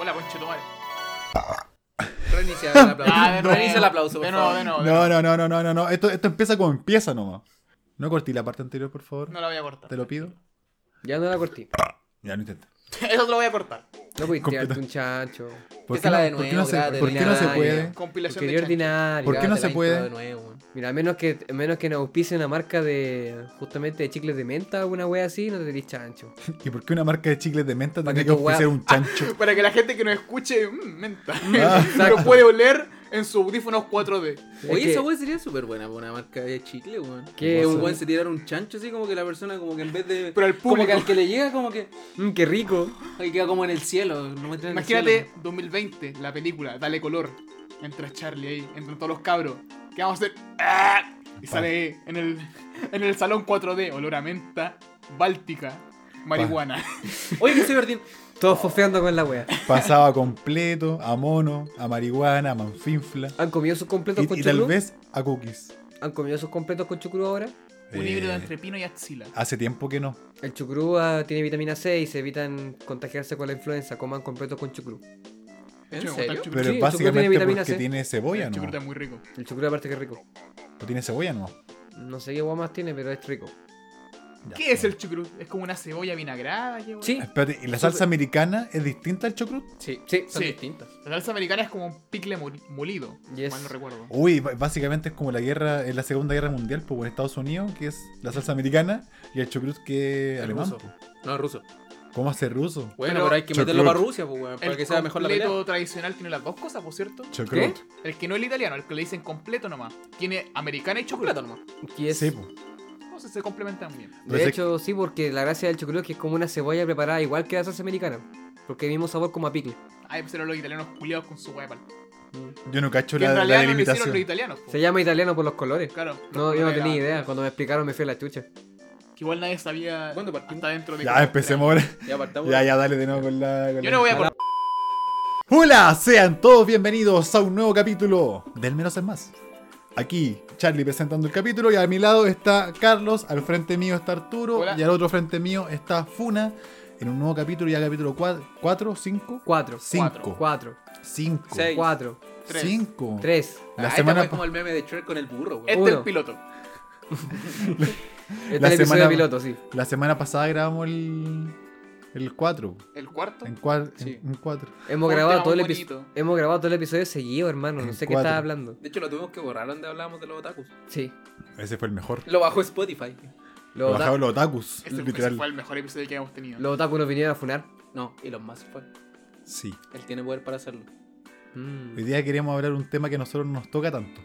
Hola, ponche tu madre. Reinicia el aplauso. Ya, Ah, de nuevo. Ah, Reinicia el aplauso, por De nuevo, favor. de nuevo. de No, nuevo. no, no, no, no, no, no. Esto, esto empieza como empieza nomás. No corté la parte anterior, por favor. No la voy a cortar. Te lo pido. Ya no la corté. Ya no intenté. Eso te lo voy a cortar. No pudiste Completa. darte un chancho. ¿Por qué Empieza no, la de por qué nuevo, no se, grave, por qué no se ordinaria. puede? Eh, Compilación Porque eres de chancho. ordinario. ¿Por qué no date se la puede? intro de nuevo. Mira, a menos que, a menos que nos auspicie una marca de justamente de chicles de menta o una wea así, no te tenés chancho. ¿Y por qué una marca de chicles de menta Para tiene que que tu wea- ofrecer un chancho? Para que la gente que nos escuche, mm, menta. Ah, exacto. lo puede oler en sus audífonos 4D. Es Oye, que- esa weá sería súper buena para una marca de chicle, weón. ¿Qué, Que un weón? weón se tirara un chancho así, como que la persona, como que en vez de. Pero al Como que público. al que le llega, como que. Mmm, qué rico. Ahí queda como en el cielo. No me tiran en el Imagínate cielo. 2020, la película, dale color. Entra Charlie ahí, entran todos los cabros. ¿Qué vamos a hacer? ¡Ah! Y sale en el, en el salón 4D, olor a menta, báltica, marihuana. Oye, que soy ordin- Todos fofeando con la wea. Pasaba completo, a mono, a marihuana, a manfinfla. ¿Han comido sus completos con Y, y chucrú? tal vez a cookies. ¿Han comido sus completos con chucrú ahora? Un híbrido Eh, entre pino y axila. hace tiempo que no. El chucrú ah, tiene vitamina C y se evitan contagiarse con la influenza. Coman completos con chucrú. ¿En Yo me gusta serio? el chucrú. Pero Sí, el chucrú tiene básicamente vitamina porque C. tiene cebolla, El ¿no? chucrú está muy rico. El chucrú aparte que es rico. ¿O tiene cebolla, no? No sé qué guay más tiene, pero es rico. Ya, ¿Qué es bueno. el chucrú? ¿Es como una cebolla vinagrada? qué weón? Sí, Espérate, ¿y la salsa Súper. americana es distinta al chucrut? Sí, Sí. son Sí. distintas. La salsa americana es como un picle mol- molido, Yes. mal no recuerdo. Uy, b- básicamente es como la guerra, es la segunda guerra mundial, pues en Estados Unidos, que es la salsa americana, y el chucrut que es El alemán. ruso. pues. No, ruso. ¿Cómo hace ruso? Bueno, Pero- pero, hay que Chucrut. meterlo para Rusia, pues, weón, para el que sea mejor la pelea. completo tradicional tiene las dos cosas, por cierto. Chucrut. El que no es el italiano, el que le dicen completo nomás. Tiene americana y chucrú. Completo nomás. y es- Sí, pues. Entonces se complementan bien. Pero sé De hecho, sí, porque la gracia del chucrú es que es como una cebolla preparada igual que la salsa americana. Porque el mismo sabor como a picle. Ay, pues eran los italianos culiados con su hueá de pal. Yo no cacho Que en la, realidad no la lo hicieron delimitación. los italianos. po. Se llama italiano por los colores. Claro. No, yo no era- tenía idea. Cuando me explicaron me fui a la chucha. Que igual nadie sabía. ¿Cuándo partimos? Hasta dentro de. Ya, cómo empecemos ahora. Ya partamos. Ya, ya, dale de nuevo con la. con era. Yo la- no voy a cortar. Hola, sean todos bienvenidos a un nuevo capítulo del Menos es Más. Aquí, Charlie presentando el capítulo y a mi lado está Carlos, al frente mío está Arturo Hola. y al otro frente mío está Funa en un nuevo capítulo, ya capítulo 4, 5, Cuatro. Cinco. 5, Cuatro. 5, Seis. Cuatro. 5. Tres. La Ah, esta semana weá es como el meme de Shrek con el burro, weón. Este es Uno. el piloto. Este La es el episodio semana- piloto, sí. La semana pasada grabamos el. El 4. El cuarto. En 4. Sí. En 4. Hemos Un grabado, tema todo el muy episodio, bonito. hemos grabado todo el episodio seguido, hermano. No sé qué Cuatro. estaba hablando. De hecho, lo tuvimos que borrar donde hablábamos de los otakus. Sí. Ese fue el mejor. Lo bajó Spotify. Lo Los, ota- bajaron los otakus, Este literal. fue el mejor episodio que hemos tenido. los otaku nos vinieron a funar. No, Elon Musk fue. Sí. Él tiene poder para hacerlo. Mm. Hoy día queremos hablar un tema que a nosotros no nos toca tanto.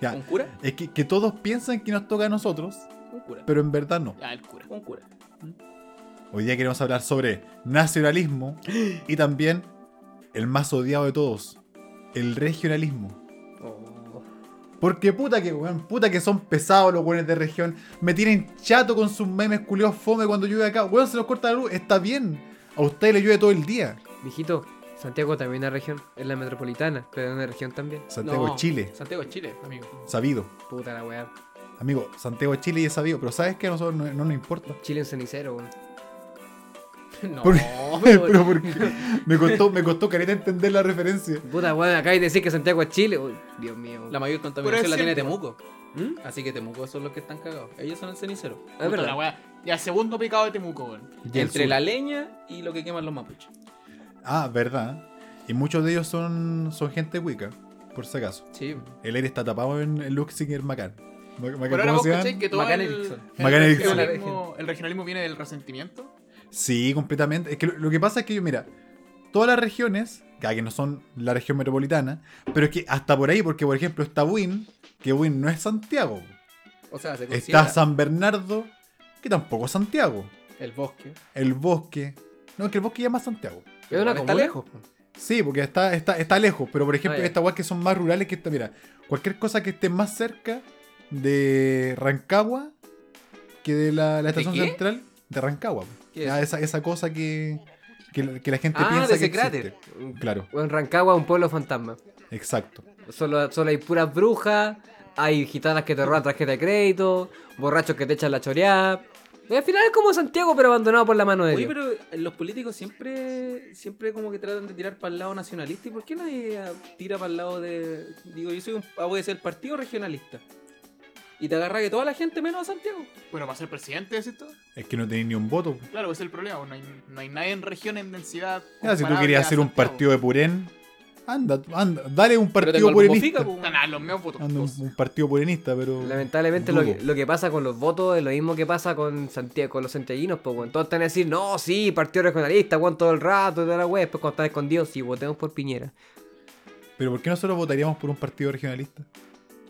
Ya. ¿Un cura? Es que, que todos piensan que nos toca a nosotros, Un cura. pero en verdad no. Ya, el cura. Un cura. Hoy día queremos hablar sobre nacionalismo y también el más odiado de todos, el regionalismo. Oh. Porque puta que, weón, puta que son pesados los weones de región. Me tienen chato con sus memes culiados fome cuando llueve acá. Weón, se los corta la luz, está bien. A ustedes les llueve todo el día. Mijito, Santiago también es una región, es la metropolitana, pero es una región también. Santiago de No, Chile, Santiago de Chile, amigo. sabido. Puta la weá. Amigo, Santiago de Chile y es sabido, pero ¿sabes que A nosotros no, no nos importa. Chile en cenicero, weón. No, Por- pero- pero ¿por qué? Me costó, me costó careta entender la referencia. Puta weón, acá hay que decir que Santiago es Chile. Uy, Dios mío. weón. La mayor Pero contaminación es la tiene cierto. Temuco. ¿Mm? Así que Temuco son los que están cagados. Ellos son el cenicero. Es Puta verdad. la weá. Ya, segundo pecado de Temuco, weón. Y el Entre sur. la leña y lo que queman los mapuches. Ah, verdad. Y muchos de ellos son, son gente wicca, por si acaso. Sí. El aire está tapado en, en Luxinger Macan. Ma- Macan, Pero ahora ¿cómo vos se llaman? cacháis que todo Macan el, Erickson. el Macan Erickson. regionalismo, el regionalismo viene del resentimiento. Sí, completamente. Es que lo, lo que pasa es que yo, mira, todas las regiones, ya que no son la región metropolitana, pero es que hasta por ahí, porque por ejemplo está Win, que Win no es Santiago. O sea, se Está considera San Bernardo, que tampoco es Santiago. el bosque. El bosque. No, es que el bosque ya es más Santiago. ¿Es una Está comuna? lejos. po. Sí, porque está, está, está lejos, pero por ejemplo, Ah, ya. estas guas que son más rurales que esta, mira, cualquier cosa que esté más cerca de Rancagua que de la, la estación qué? central de Rancagua. ¿Qué Ya, es? esa, esa cosa que, que, la- que la gente Ah, piensa de que ese cráter. existe. Claro, Weón, Rancagua es un pueblo fantasma. exacto. Solo, solo hay puras brujas, hay gitanas que te roban tarjeta de crédito, borrachos que te echan la choreada, Y al final es como Santiago, pero abandonado por la mano de Oye, Dios. pero eh, los políticos siempre siempre como que tratan de tirar para el lado nacionalista. ¿Y por qué nadie ah, tira para el lado de... Digo, yo soy un... ah, voy a ser el partido regionalista. Y te agarra que toda la gente menos a Santiago. Mm. Bueno, ¿para ser presidente es esto? Es que no tenéis ni un voto. Claro, ese es el problema. No hay, no hay nadie en región en densidad. Ya, si tú comparable querías a hacer un Santiago. partido de Purén, anda, anda, dale un Pero partido tengo el Bofica, purenista. po, Nah, nah, los míos votos. Anda, un, Dos. un partido purenista, pero. Lamentablemente lo dudo. que, lo que pasa con los votos es lo mismo que pasa con Santiago, con los santiaguinos, pues weón. Todos están a decir, no, sí, partido regionalista, weón, todo el rato, y toda la wea, después cuando están escondidos, sí, votemos por Piñera. Pero ¿por qué nosotros votaríamos por un partido regionalista?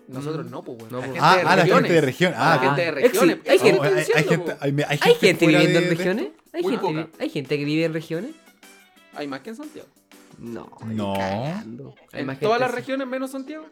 Nosotros Mm. no, pues, weón. No, La po. gente Ah, de ah, la gente de regiones. región. La Ah, Ah, gente de ex- regiones. Eso hay gente- estoy hay, hay diciendo, pues. gente, po. hay, hay ¿Hay gente gente fuera viviendo de- en de- regiones? ¿Hay Muy gente, poca. vi- ¿Hay gente que vive en regiones? Hay más que en Santiago. No. No. ni cagando. Hay En más todas gente las así. regiones menos Santiago.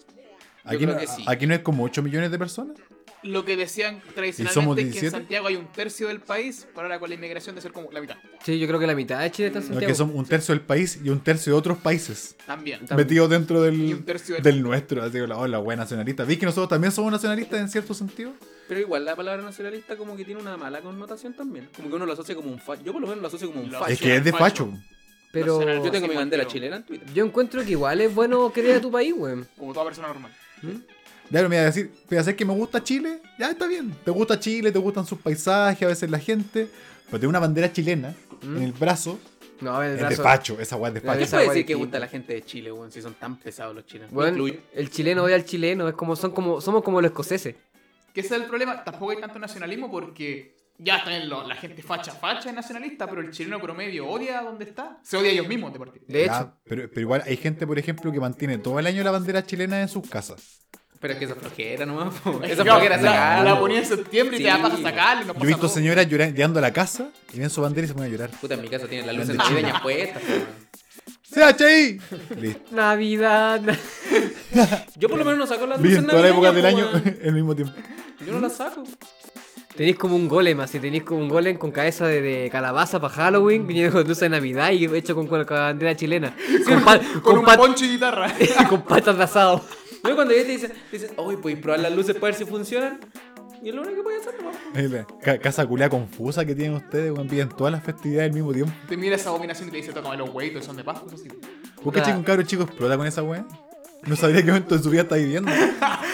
Aquí, creo no, que sí. aquí no hay como 8 millones de personas. Lo que decían somos tradicionalmente es que 17? en Santiago hay un tercio del país, pero ahora con la inmigración de ser como la mitad. Sí, yo creo que la mitad de Chile está en No, Santiago. que son un tercio del país y un tercio de otros países. También. También. Metidos dentro Y un del, tercio del... del nuestro. Así que la, oh, la wea nacionalista. ¿Veis que nosotros también somos nacionalistas en cierto sentido? Pero igual la palabra nacionalista como que tiene una mala connotación también. Como que uno lo asocia como un facho. Yo por lo menos lo asocio como un Lo- facho. Es que es de facho. facho. Pero nacional. Yo tengo mi Sí, bandera Santiago. chilena en Twitter. yo encuentro que igual es bueno querer a tu país, weón. Como toda persona normal. Ya, pero me iba a decir, pero hacer que me gusta Chile, ya está bien. Te gusta Chile, te gustan sus paisajes, a veces la gente. Pero tengo una bandera chilena ¿Mm? en el brazo. No, el Es brazo. de facho, esa weá es de La facho. ¿Qué esa esa puede guay decir que distinta. gusta a la gente de Chile, weón? Si son tan pesados los chilenos. Me Weón, incluyo. el chileno odia al chileno, es como son como somos como los escoceses. Que ese es el problema. Tampoco hay tanto nacionalismo porque ya está en lo- la gente facha, facha es nacionalista, pero el chileno promedio odia donde está. Se odia a ellos mismos de partida. Ya, De hecho, pero, pero igual hay gente, por ejemplo, que mantiene todo el año la bandera chilena en sus casas. Pero es que esa flojera nomás, po. Esa Yo, flojera la, sacada. la ponía en septiembre y te Sí. da para sacarle. No Yo he pasa visto todo. señoras llora- llegando a la casa y ven su bandera y se ponen a llorar. Puta, en mi casa tienen las luces Grande Chile. navideñas puestas. weón. ¡CHI! Listo. Navidad. na- Yo por lo menos no saco las Vi luces en toda la época del año navideñas, en el mismo tiempo. weón. Yo no las saco. Tenéis como un golem, así tenéis como un golem con cabeza de, de calabaza para Halloween, viniendo con dulce de Navidad y hecho con, con la bandera chilena. Con, pa- Con con un pa- poncho y guitarra. con patas de asado. Yo cuando yo te dicen, dices, uy, podéis probar las luces para ver si funcionan. Y es lo único que podéis hacer, weón. Ahí la ca- casa culia confusa que tienen ustedes, weón. Piden todas las festividades al mismo tiempo. Te mira esa abominación y te dice, tócame los hueitos, son de Pascua. eso sí. ¿Vos caché que un cabro chico explota con esa weá? No sabría qué momento de su vida está viviendo.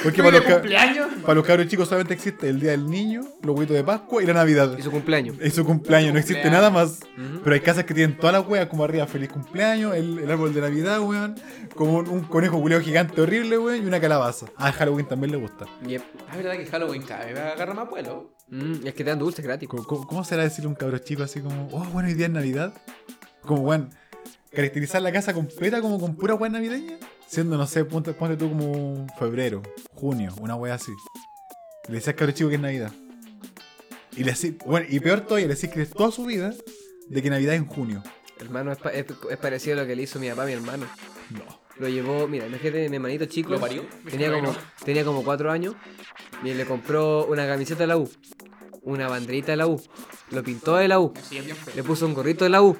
Porque ¿Tú de para los, ca- cumpleaños? para los cabros chicos solamente existe el día del niño, los huevitos de Pascua y la Navidad. Y su cumpleaños. Es su cumpleaños, no existe Cumpleaños. nada más. Ujú. Pero hay casas que tienen todas las weas como arriba, feliz cumpleaños, el, el árbol de Navidad, weón. Como un, un conejo culeo gigante horrible, weón, y una calabaza. A Halloween también le gusta. Yep. Ah, verdad que Halloween cada vez me agarra más vuelo. Mm, es que te dan dulces gratis. Co- co- ¿Cómo, será decirle a un cabro chico así como, oh, bueno, hoy día es Navidad? Como, weón, caracterizar la casa completa como con pura wea navideña. Siendo, no sé, ponte, ponte tú como febrero, junio, una wea así. Le decías al cabro chico que es Navidad. Y, le decís, bueno, y peor todavía, le decís que es toda su vida de que Navidad es en junio. Hermano, es, pa- es- es parecido a lo que le hizo mi papá a mi hermano. No. Lo llevó, mira, imagínate mi hermanito chico. ¿Lo parió? Tenía como, tenía como cuatro años. Y le compró una camiseta de la U. Una banderita de la U. Lo pintó de la U. Sí, es bien feo. Le puso un gorrito de la U.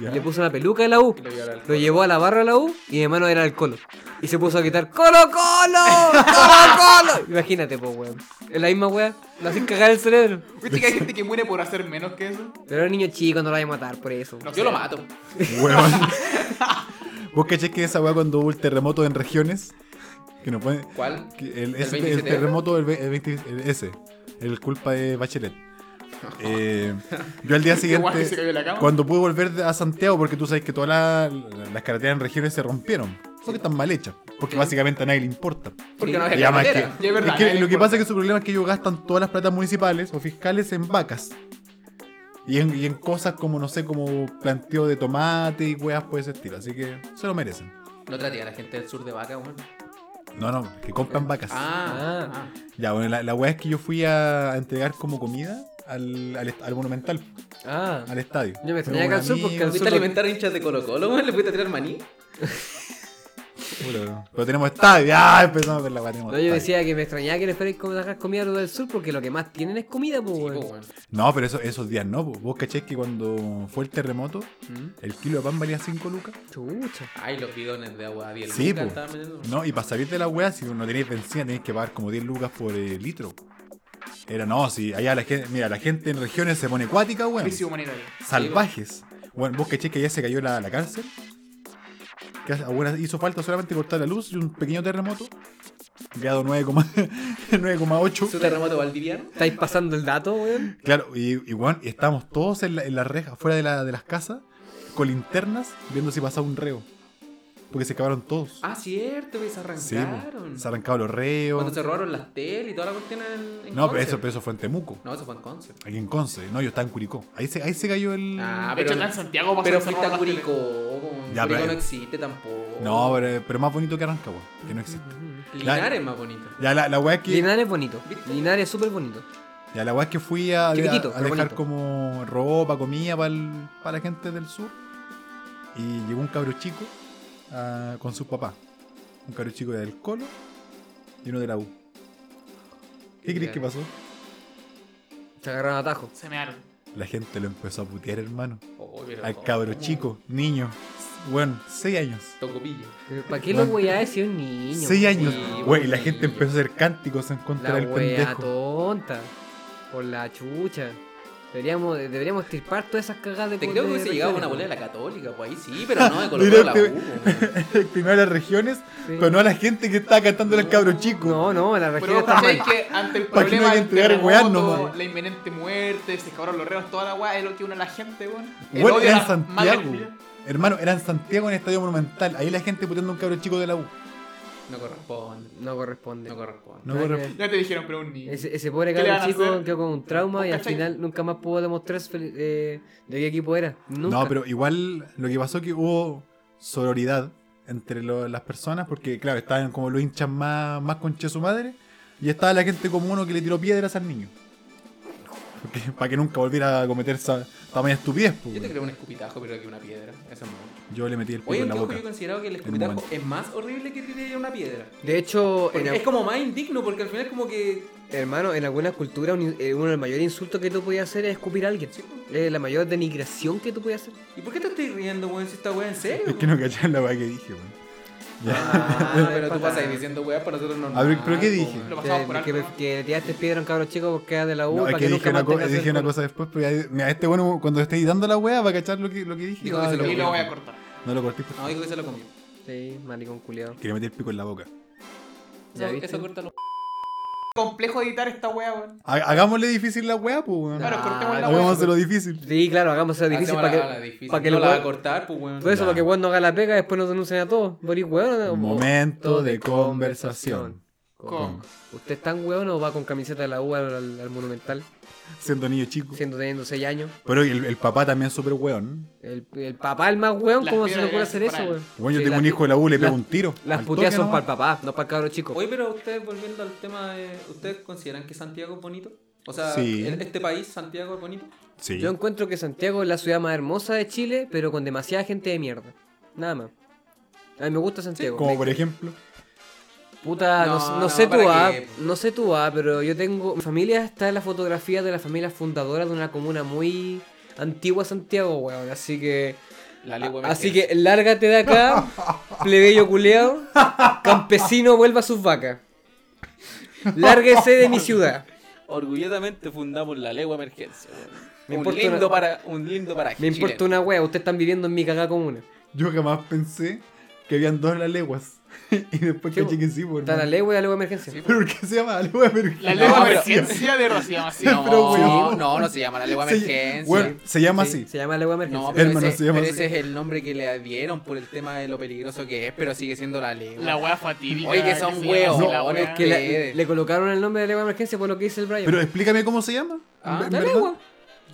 Ya. Le puso una peluca de la U. Y lo llevó al Lo colo. llevó a la barra de la U. Y mi hermano era el colo. Y se puso a gritar: ¡Colo, colo! ¡Colo, colo! Imagínate, pues, weón. Es la misma weá. Lo hacen cagar el cerebro. ¿Viste que hay gente que muere por hacer menos que eso? Pero era un niño chico, no lo voy a matar por eso. No. Yo lo mato. Weón. ¿Vos caché que esa weá cuando hubo el terremoto en regiones? Que no pueden. ¿Cuál? que El, ese- el 27? terremoto, el, ve- el 20 el ese. El culpa de Bachelet. Eh, yo al día Qué guay que se siguiente, cayó de la cama. cuando pude volver de- a Santiago, porque tú sabes que todas la- las carreteras en regiones se rompieron. Porque están mal hechas. Porque básicamente a nadie le importa. Porque Sí. no Y es la además bandera. Y es verdad, es que nadie le lo que importa. pasa es que su problema es que ellos gastan todas las platas municipales o fiscales en vacas. Y en, y en cosas como, no sé, como planteo de tomate y weas por ese estilo. Así que se lo merecen. No traté a la gente del sur de vaca, weón. No, no, que compran vacas. Ah, Ah. ah. Ya, bueno, la, la wea es que yo fui a, a entregar como comida al, al, est- al Monumental, Ah. al estadio. Yo me Fue extrañaba con que al sur, porque al amigos, ¿Fuiste a alimentar a hinchas de Colo Colo, weón? ¿Le fuiste a tirar maní? puro- Pero tenemos estadio. Ya empezamos a ver la wea. tenemos No, yo estadio. decía que me extrañaba que les fuerais como sacar comida a los del sur porque lo que más tienen es comida, pues, Sí, weón. po, weón. No, pero eso- esos días no. po. Vos caché que cuando fue el terremoto, Mm. el kilo de pan valía 5 lucas. Chucha. Ay, los bidones de agua bien. Sí, pues. po. No, y para salir de la wea, si no tenéis benzina, tenéis que pagar como 10 lucas por eh, litro. Era, no, sí, allá la gente, mira, la gente en regiones se pone acuática, weón. Crisis humanitaria. Salvajes. Bueno, vos caché que allá se cayó la, la cárcel. Que hace- alguna- hizo falta solamente cortar la luz y un pequeño terremoto. Grado 9,8. Su terremoto valdiviano. ¿Estáis pasando el dato, weón? Claro, y, y weón, estamos todos en la, en la reja, fuera de, la- de las casas, con linternas, viendo si pasaba un reo. Porque se acabaron todos. Ah, cierto, que se Sí, pues. arrancaron. po. se arrancaban los Cuando reos. se robaron las teles y toda la cuestión en, en No, pero eso, pues. Conce. pero eso fue en Temuco. No, eso fue en Conce. Aquí en Conce. No, yo estaba en Curicó. Ahí se, ahí se cayó el. Ah, De hecho, pero, acá en Santiago pasa pero que se fuiste a roban las Curicó. Ya, Curicó pero- no existe tampoco. No, pero, pero más bonito que Arrancagua, que no existe. Linares es más bonito. Ya la, la weá es que, Linares es bonito. Linares es súper bonito. ya la weá es que fui a, a- Chiquitito, a pero dejar bonito. como ropa, comida para la gente del sur. Y llegó un cabro chico ah, con sus papás. Un cabro chico del Colo y uno de la U. ¿Qué crees Ya. que pasó? Se agarraron atajos. Se me arde. La gente lo empezó a putear, hermano. Oh, pero- Al cabro chico, niño. Bueno, 6 años. Tocopilla. Pero ¿Para qué lo voy a decir un niño? 6 weón? años. sí, Güey, un la gente niño. empezó a hacer cánticos en contra La del wea pendejo. tonta. Por la chucha. Deberíamos, deberíamos estirpar todas esas cagadas de Te creo que de- hubiese de- llegado de- una bola de la católica, pues ahí sí, pero no, de Colo-Colo este. a la U. pues. po. Primero las regiones, Sí. pero no a la gente que estaba cantando el cabro chico. No, no, la región Pero vos está mal. cacháis que ante el Pa' que no problema hay que del entregar terremoto, weas nomás. la inminente muerte, se acabaron los reos, toda la weá, es lo que une a la gente, weón. El Bueno, odio era a en las malas Santiago. energías. Hermano, era en Santiago en el Estadio Monumental. Ahí la gente puteando a un cabro chico de la U. No corresponde, No corresponde. no corresponde. No Nada corre- que ver. Ya te dijeron, pero un niño. Ese, ese pobre ¿Qué le van cabrón a chico hacer? quedó con un trauma ¿Vos y al cachai? final nunca más pudo demostrar su fel- eh, de qué equipo era. Nunca. No, pero igual lo que pasó que hubo sororidad entre lo- las personas, porque claro, estaban como los hinchas más, más conche su madre, y estaba la gente como uno que le tiró piedras al niño. Porque- para que nunca volviera a cometer esa tamaña estupidez. pues, Yo te güey. creo un escupitajo, pero aquí una piedra. Eso es malo. Yo le metí el pico Hoy en en la día yo boca. he considerado que el escupitajo momento. es más horrible que tirar una piedra. De hecho, en Porque al- es como más indigno, porque al final como que... hermano, en algunas culturas un- eh, uno de los mayores insultos que tú podías hacer es escupir a alguien. pues. Es la mayor denigración que tú podías hacer. ¿Y por qué te estás riendo, weón, si esta weá en serio? Es que no cacharon la weá que dije, güey. Ya. Ah, pero tú patán. pasas ahí diciendo weá para nosotros no. A ver, ¿pero qué dije? Lo Que, pasamos por que, alto. que le tiraste piedra a un cabrón chico porque era de la U. No, es para que, dije, nunca una, más co- tengas dije el- una cosa después, pero ya- mira, este bueno, cuando esté editando la wea va a cachar lo que, lo que dije. Dijo No, que se lo Y no, lo voy a cortar. No lo corté, por No, favor. digo que se lo comió. Sí, maricón culiado. Quería meter el pico en la boca. Ya Eso- viste. Eso corta los... Complejo editar esta weá, weón. Ha- Hagámosle difícil la wea, pues, weón. Claro, Ah, cortemos la weá. Hagámoselo difícil. Sí, claro, hagamos eso difícil Hacemos para la- la que, difícil. para que no lo la va a weón- cortar, pues weón. Todo eso, Ya. para que weón no haga la pega y después nos denuncien a todos. Boris, weón. o- Momento de conversación. Con. ¿Usted es tan weón o va con camiseta de la U al, al- al Monumental, Siendo niño chico. siendo teniendo 6 años? Pero el, el papá también es súper weón. El, el papá, el más weón, Las ¿cómo se piedras le ocurre llegan hacer separadas. eso, weón? Bueno, yo Sí, tengo las un pi- hijo de la U, le las- pego un tiro. Las Al puteas toque son para nomás. el papá, no para el cabro chico. Oye, pero ustedes volviendo al tema de. ¿Ustedes consideran que Santiago es bonito? O sea, Sí. ¿en este país, Santiago es bonito. Sí. Yo encuentro que Santiago es la ciudad más hermosa de Chile, pero con demasiada gente de mierda. Nada más. A mí me gusta Santiago. Como Me- por ejemplo. Puta, no, No, no no, sé tú, ¿para ah, qué? no sé tú, ah, pero yo tengo... Mi familia está en la fotografía de la familia fundadora de una comuna muy antigua de Santiago, weón. Así que... La legua Así que lárgate de acá, plebeyo culeado, campesino vuelva a sus vacas. Lárguese de mi ciudad. Orgullosamente fundamos la legua emergencia, weón. Me un, importa lindo una- para, un lindo para Me importa una wea, ustedes están viviendo en mi cagada comuna. Yo jamás pensé que habían dos las leguas. y después Sí, caché pues, que sí, por Está la legua y la legua de emergencia. Sí, ¿Pero por qué se llama la legua emergencia? La legua No, pero- emergencia de Rocío Macías. No, Pero, weón. no, no se llama la legua Se- emergencia. Bueno, se llama Sí, así. Se llama legua de emergencia. No, pero, Hermano, ese, se llama pero así. ese es el nombre que le dieron por el tema de lo peligroso que es, pero sigue siendo la legua. La weá fatídica. Oye, que son se llama huevos, así la no, weá. es que la- ustedes. le colocaron el nombre de legua de emergencia por lo que dice el Brian. Pero explícame cómo se llama. Ah, En la verdad. legua.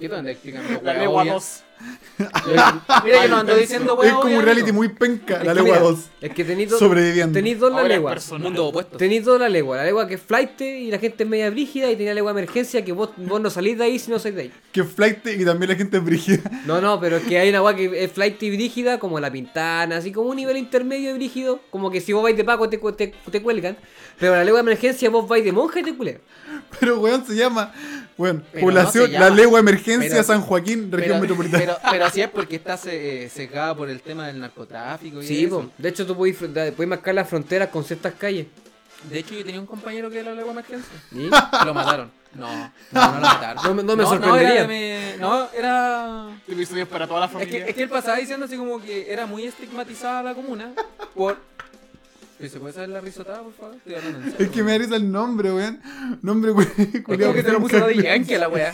Yo donde explican los La huevos, legua obvia. 2. Mira, yo no ando diciendo Es huevos, como un obvia, reality amigo. muy penca. Es La que legua mira, 2. Es que tenéis dos, Sobreviviendo. tenéis dos la Ahora es legua. personal. Mundo opuesto. Tenéis dos la legua. La legua que es flight y la gente es media brígida y tenía legua de emergencia que vos, vos no salís de ahí si no sois de ahí. Que flight y también la gente es brígida. No, no, pero es que hay una weá que es flight y brígida, como la pintana, así como un nivel intermedio de brígido, como que si vos vais de paco te, cu- te, te cuelgan, pero la legua de emergencia vos vais de monja y te culean. Pero, weón, se llama. Weón, Pero población, no se llama. la legua emergencia Pero- San Joaquín, región Pero, metropolitana. pero, pero sí es porque está se, secada por el tema del narcotráfico. Y Sí, eso. po. de hecho tú podés, fr- da- podés marcar las fronteras con ciertas calles. De hecho, yo tenía un compañero que era la legua emergencia. ¿Sí? Lo mataron. No, no, no la mataron. No me- no me era sorprendería. de me- No, era. Episodios para toda la Es que, familia. es que él pasaba diciendo así como que era muy estigmatizada la comuna por... ¿Se puede saber la risotada, por favor? Estoy hablando en serio. Es que me da risa el nombre, weón. Nombre, weón. Es como que te lo puso Daddy Yankee a la wea.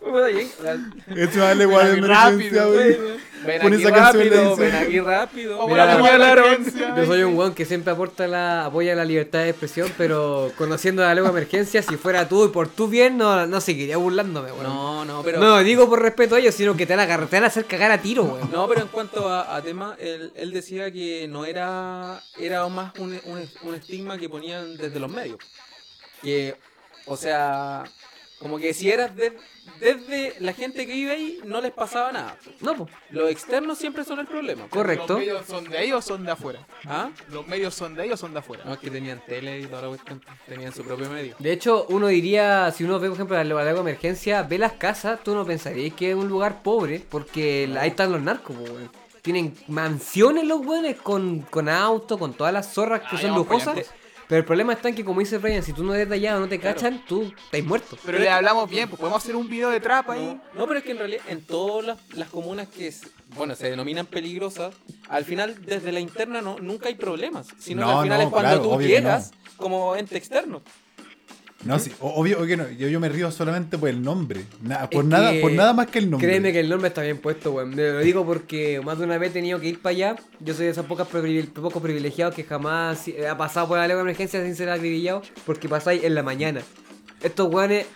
Como Daddy Yankee, la- Esto vale, igual Era de muy emergencia, rápido, weón. Ven Pon aquí esa canción y la rápido, dice. ven aquí rápido. Vamos Mira, a la apuñalaron. emergencia. Yo soy un weón que siempre aporta la, apoya la libertad de expresión, pero conociendo la lengua de emergencia, si fuera tú y por tu bien, no, no seguiría burlándome, weón. No, no, pero... No, digo por respeto a ellos, sino que te van a, agarrar- te van a hacer cagar a tiro, weón. No, pero en cuanto a, a tema, él, él decía que no era, era más un, un- un estigma que ponían desde los medios. Que, o sea, como que si eras de- desde la gente que vive ahí, no les pasaba nada. No, pues, Los externos siempre son el problema. po. correcto. ¿Los medios son de ellos o son de afuera? ¿Ah? ¿Los medios son de ellos o son de afuera? No, es que tenían tele y toda la cuestión. Tenían su propio medio. De hecho, uno diría, si uno ve, por ejemplo, la la lengua de emergencia, ve las casas, tú no pensarías que es un lugar pobre, porque ahí están los narcos, po, weón. Tienen mansiones los weones con, con auto, con todas las zorras que Ah, son ya, pues, lujosas. antes. Pero el problema está en que, como dice Brian, si tú no eres de allá o no te Claro. cachan, tú estás muerto. Pero le hablamos bien, pues podemos hacer un video de trap ahí. No, no, pero es que en realidad en todas las, las comunas que es- bueno se denominan peligrosas, al final desde la interna no nunca hay problemas, sino que No, al final no, es cuando claro, tú obvio que llegas como ente externo. No, sí, o- obvio, obvio que no. Yo, yo me río solamente por el nombre. Na- por, Es nada, que- por nada más que el nombre. Créeme que el nombre está bien puesto, weón. Me Lo digo porque más de una vez he tenido que ir para allá. Yo soy de esos pocas privil- pocos privilegiados que jamás eh, ha pasado por la ley de emergencia sin ser acribillado porque pasáis en la mañana. Estos weones,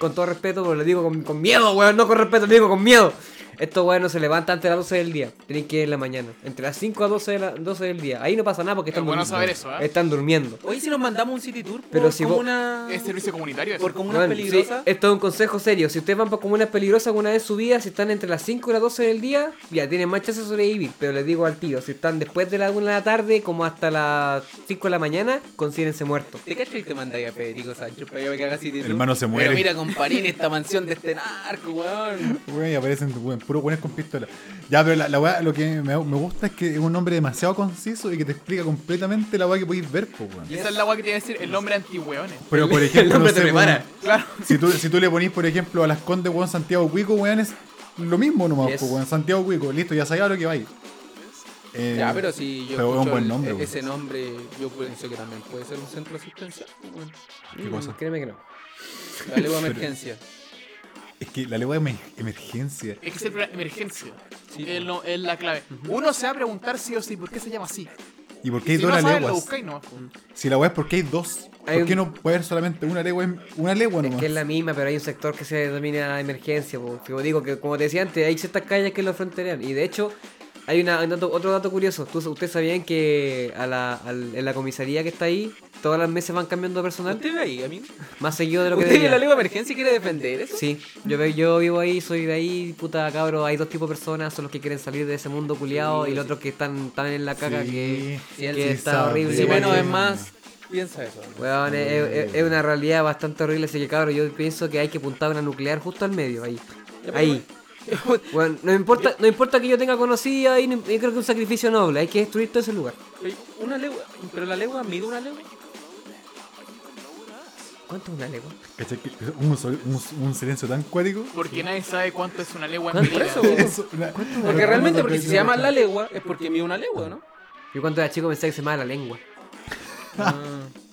con todo respeto, pero lo digo con, con miedo, weón, no con respeto, lo digo con miedo. Estos weones no se levantan antes de las 12 del día. Tenéis que ir en la mañana. Entre las 5 a 12, de la- 12 del día. Ahí no pasa nada porque Es están bueno durmiendo. saber eso, ¿eh? Están durmiendo. Hoy si nos mandamos un city tour Pero por si vos- comuna Es Este servicio comunitario eso. por comuna Weón, peligrosa. sí, esto es un consejo serio. Si ustedes van por comunas peligrosas alguna vez en su vida, si están entre las 5 y las 12 del día, ya tienen más chance de sobrevivir. Pero les digo al tío, si están después de la 1 de la tarde, como hasta las 5 de la mañana, considérense muertos. Te cacho y te mandáis a Federico Sánchez para que haga city tour. Hermano, se muere. Pero mira comparín esta mansión de este narco, weón. Güey, aparecen güey, puros buenos con pistola. Ya, pero la, la weá, lo que me, me gusta es que es un nombre demasiado conciso y que te explica completamente la weá que podéis ver, po, weón. Y esa es la agua que te iba a decir, el nombre antihueones. Pero por ejemplo, el nombre no te sé, prepara. weón, Claro. si, tú, si tú le ponís, por ejemplo, a las Condes, weón, Santiago Cuico, weón, es lo mismo nomás, Yes. po, weón. Santiago Cuico, listo, ya sabía lo que vais. Eh, Ya, pero si yo pero es un escucho buen el- e- nombre, weón. ese nombre, yo pienso que también puede ser un centro asistencial, weón. ¿Qué cosa? Mm, créeme que no. Dale una emergencia. Es que la lengua de emer- emergencia. Es que es el problema, emergencia. Sí. Es, lo- es la clave. Uno se va a preguntar sí o sí, ¿por qué se llama así? ¿Y por Si qué hay no dos sabes, lo leguas? buscáis nomás. Si la weá es porque hay dos. Hay ¿Por un- qué no puede haber solamente una legua, en- una legua Es nomás? que es la misma, pero hay un sector que se denomina emergencia. po. Como digo, que como te decía antes, hay ciertas calles que lo fronterean. Y de hecho, hay una, un dato- otro dato curioso. Tú- Ustedes sabían que a la, al- en la comisaría que está ahí, todas las meses van cambiando de personal. ¿Usted ve ahí, amigo? Más seguido de lo que ¿Usted ve debería. la ley de emergencia y quiere defender eso? Sí, yo, ve- yo vivo ahí, soy de ahí, puta cabro, hay dos tipos de personas, son los que quieren salir de ese mundo culiado Sí, y los sí. otros que están, están en la caca Sí, que, sí, que sí, está sabe. horrible. Si Sí, menos weón. es más, piensa eso. ¿no? Weón, es, es- es una realidad bastante horrible, así que cabro, yo pienso que hay que apuntar una nuclear justo al medio, ahí. pero Ahí. Weón, no importa, no importa que yo tenga conocida ahí, no- yo creo que es un sacrificio noble, hay que destruir todo ese lugar. Pero Una legua, pero la legua mide una legua. ¿Cuánto es una legua? ¿Cachai? Que- Un, sol- un- un silencio tan cuático. Porque nadie sabe cuánto es una legua en ¿Cuánto? medida. Por eso. Eso, una- Porque realmente, porque si se llama la legua, es porque mide una legua, ¿no? Yo cuando era chico pensaba que se llamaba la lengua. Ah,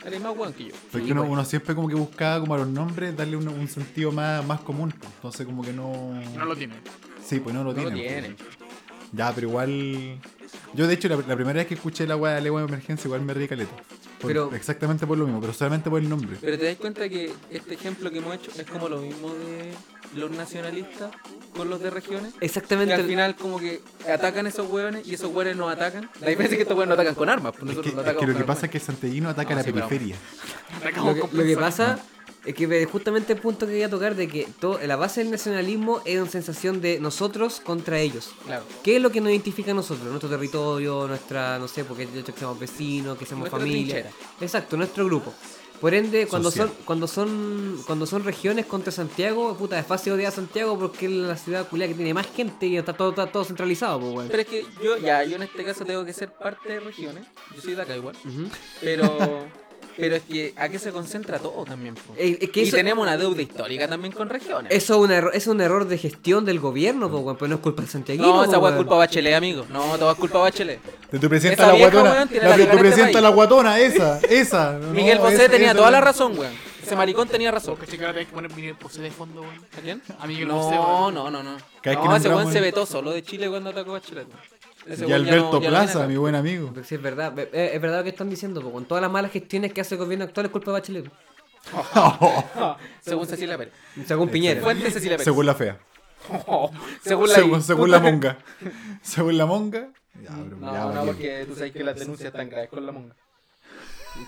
eres más guan que yo. Porque uno, pues. uno siempre como que buscaba como a los nombres darle un, un sentido más, más común. pues. Entonces como que no... No lo tiene. Sí, pues no lo No lo tienen. tienen. Ya, pero igual... Yo de hecho la, la primera vez que escuché la weá de legua de emergencia igual me reí caleta. Por- Pero- Exactamente por lo mismo, pero solamente por el nombre. Pero te das cuenta que este ejemplo que hemos hecho es como lo mismo de los nacionalistas con los de regiones. Que Exactamente. al final como que atacan esos hueones y esos hueones nos atacan. La diferencia es que estos hueones no atacan con armas, pues Es nosotros que, no es que atacamos lo que con pasa armas. es que Santellino ataca No, la sí, pero- periferia. Atacamos lo que, con lo que personas. pasa es que ve- justamente el punto que quería tocar de que todo, la base del nacionalismo es una sensación de nosotros contra ellos. Claro. ¿Qué es lo que nos identifica a nosotros? Nuestro territorio, nuestra, no sé, porque de hecho que somos vecinos, que somos Nuestra familia. trinchera. Exacto, nuestro grupo. Por ende, cuando Social. son, cuando son cuando son regiones contra Santiago, puta, es fácil odiar a Santiago porque es la ciudad culiada que tiene más gente y está todo, está todo centralizado, pues, weón. Pero es que yo, ya, yo en este caso tengo que ser parte de regiones. Yo soy de acá igual. Ujú. Pero Pero es que a qué se concentra todo también. po. Eh, es que y eso- tenemos una deuda histórica también con regiones. Eso es un, error, es un error de gestión del gobierno, po, weón. Pues no es culpa del Santiago. no, esa weá es culpa de Bachelet, amigo. No, todo es culpa de Bachelet. De tu presidenta Esa la vieja, guatona. weón, tiene la la de cara tu en este presidenta país. la guatona, esa, esa. No, Miguel Bosé esa, tenía esa, toda la weón. razón, weón. Ese maricón tenía razón. Porque ahora tenés que poner Miguel Bosé de fondo, weón. ¿A quién? A Miguel Bosé, No, weón. no, no, no. Cada vez que No, ese nombramos weón el- se vetó solo de Chile cuando atacó a Bachelet. Ese Y weón ya no- Alberto ya no viene Plaza, acá. mi buen amigo. Sí, es verdad. ve- eh, Es, verdad lo que están diciendo, po, con todas las malas gestiones que hace el gobierno actual es culpa de Bachelet. po. Según Cecilia Pérez. Según Piñera. Fuente Cecilia Pérez. Según la fea. Según la. Según, según la monga. Según la monga. Ya, bro, No, ya, no, Miguel. porque tú sabes que las denuncias están graves con la monga.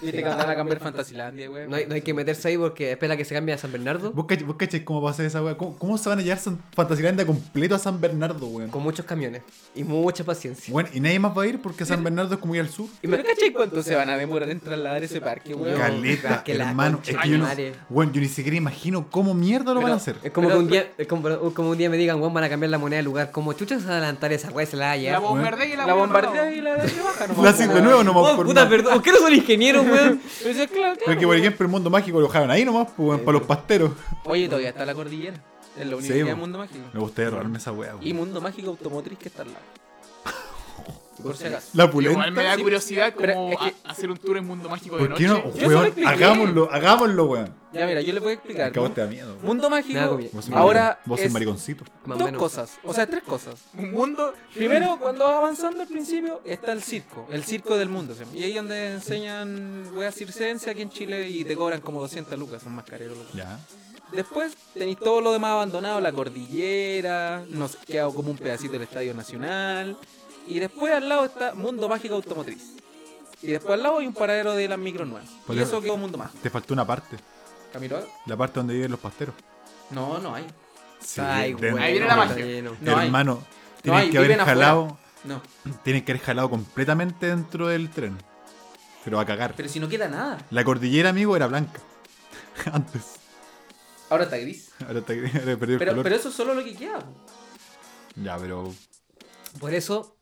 Viste que van a cambiar Fantasilandia, weón. No hay, no hay que meterse ahí porque espera que se cambie a San Bernardo. ¿Vos cachai, vos cachai cómo va a ser esa weá? ¿Cómo, cómo se van a llevar San- Fantasilandia completo a San Bernardo, weón? Con muchos camiones. Y mucha paciencia. Bueno, y nadie más va a ir porque San Bernardo es como ir al sur. ¿Y me cachai cuánto se van a demorar en trasladar ese parque, weón? Caleta, que la hermano. concha Es que yo no, madre. weón, yo ni siquiera imagino cómo mierda lo van a hacer. Es como Pero- que un día, es como, como un día me digan, weón, van a cambiar la moneda de lugar. Como chuchas a adelantar esa weá y se la va a La llevar. bombardea y la La weón, bombardea no. y la de baja, no La hacen de nuevo nomás. Oh, por puta, más. perdón. ¿Por qué no son ingenieros, weón? Pero eso es claro, claro, Porque, por ejemplo, el mundo mágico lo dejaron ahí nomás, pues, weón, para los pasteros. Oye, todavía está la cordillera. Es Sí, la Universidad de bo. Mundo Mágico. Me gustaría robarme esa weá, Y weón. Mundo Mágico Automotriz que está al lado. Por si acaso. La Igual me pulenta. da curiosidad Pero como es que- a- hacer un tour en Mundo Mágico de ¿Por qué noche. no? Yo solo Weón, expliqué. hagámoslo, hagámoslo, weón. Ya, mira, yo les voy a explicar. Acabo te da miedo. weón. Mundo Me hago Mágico bien. Vos sos ahora maricon- Vos sos es mariconcito. Más o dos menos. cosas, o sea, tres cosas. Un mundo. Primero, cuando vas avanzando al principio, está el circo, el circo del mundo. se llama. Y ahí donde enseñan weas circense aquí en Chile y te cobran como 200 lucas, son más careros. los- Ya. Después tenéis todo lo demás abandonado, la cordillera, nos queda como un pedacito del Estadio Nacional. Y después al lado está Mundo Mágico Automotriz. Y después al lado hay un paradero de las micro nuevas. Por y eso- eso quedó Mundo Mágico. Te faltó una parte. ¿Camilo? La parte donde viven los pasteros. No, no hay. Sí, Ay, de- weón. Ahí viene la está magia. lleno. No hay. hermano, tienen hay, que haber viven afuera. jalado, No. tienen que haber jalado completamente dentro del tren. Pero a cagar. Pero si no queda nada. La cordillera, amigo, era blanca. Antes. Ahora está gris. Ahora está ahora perdió el Pero, color. pero eso es solo lo que queda. po. Ya, pero Por eso,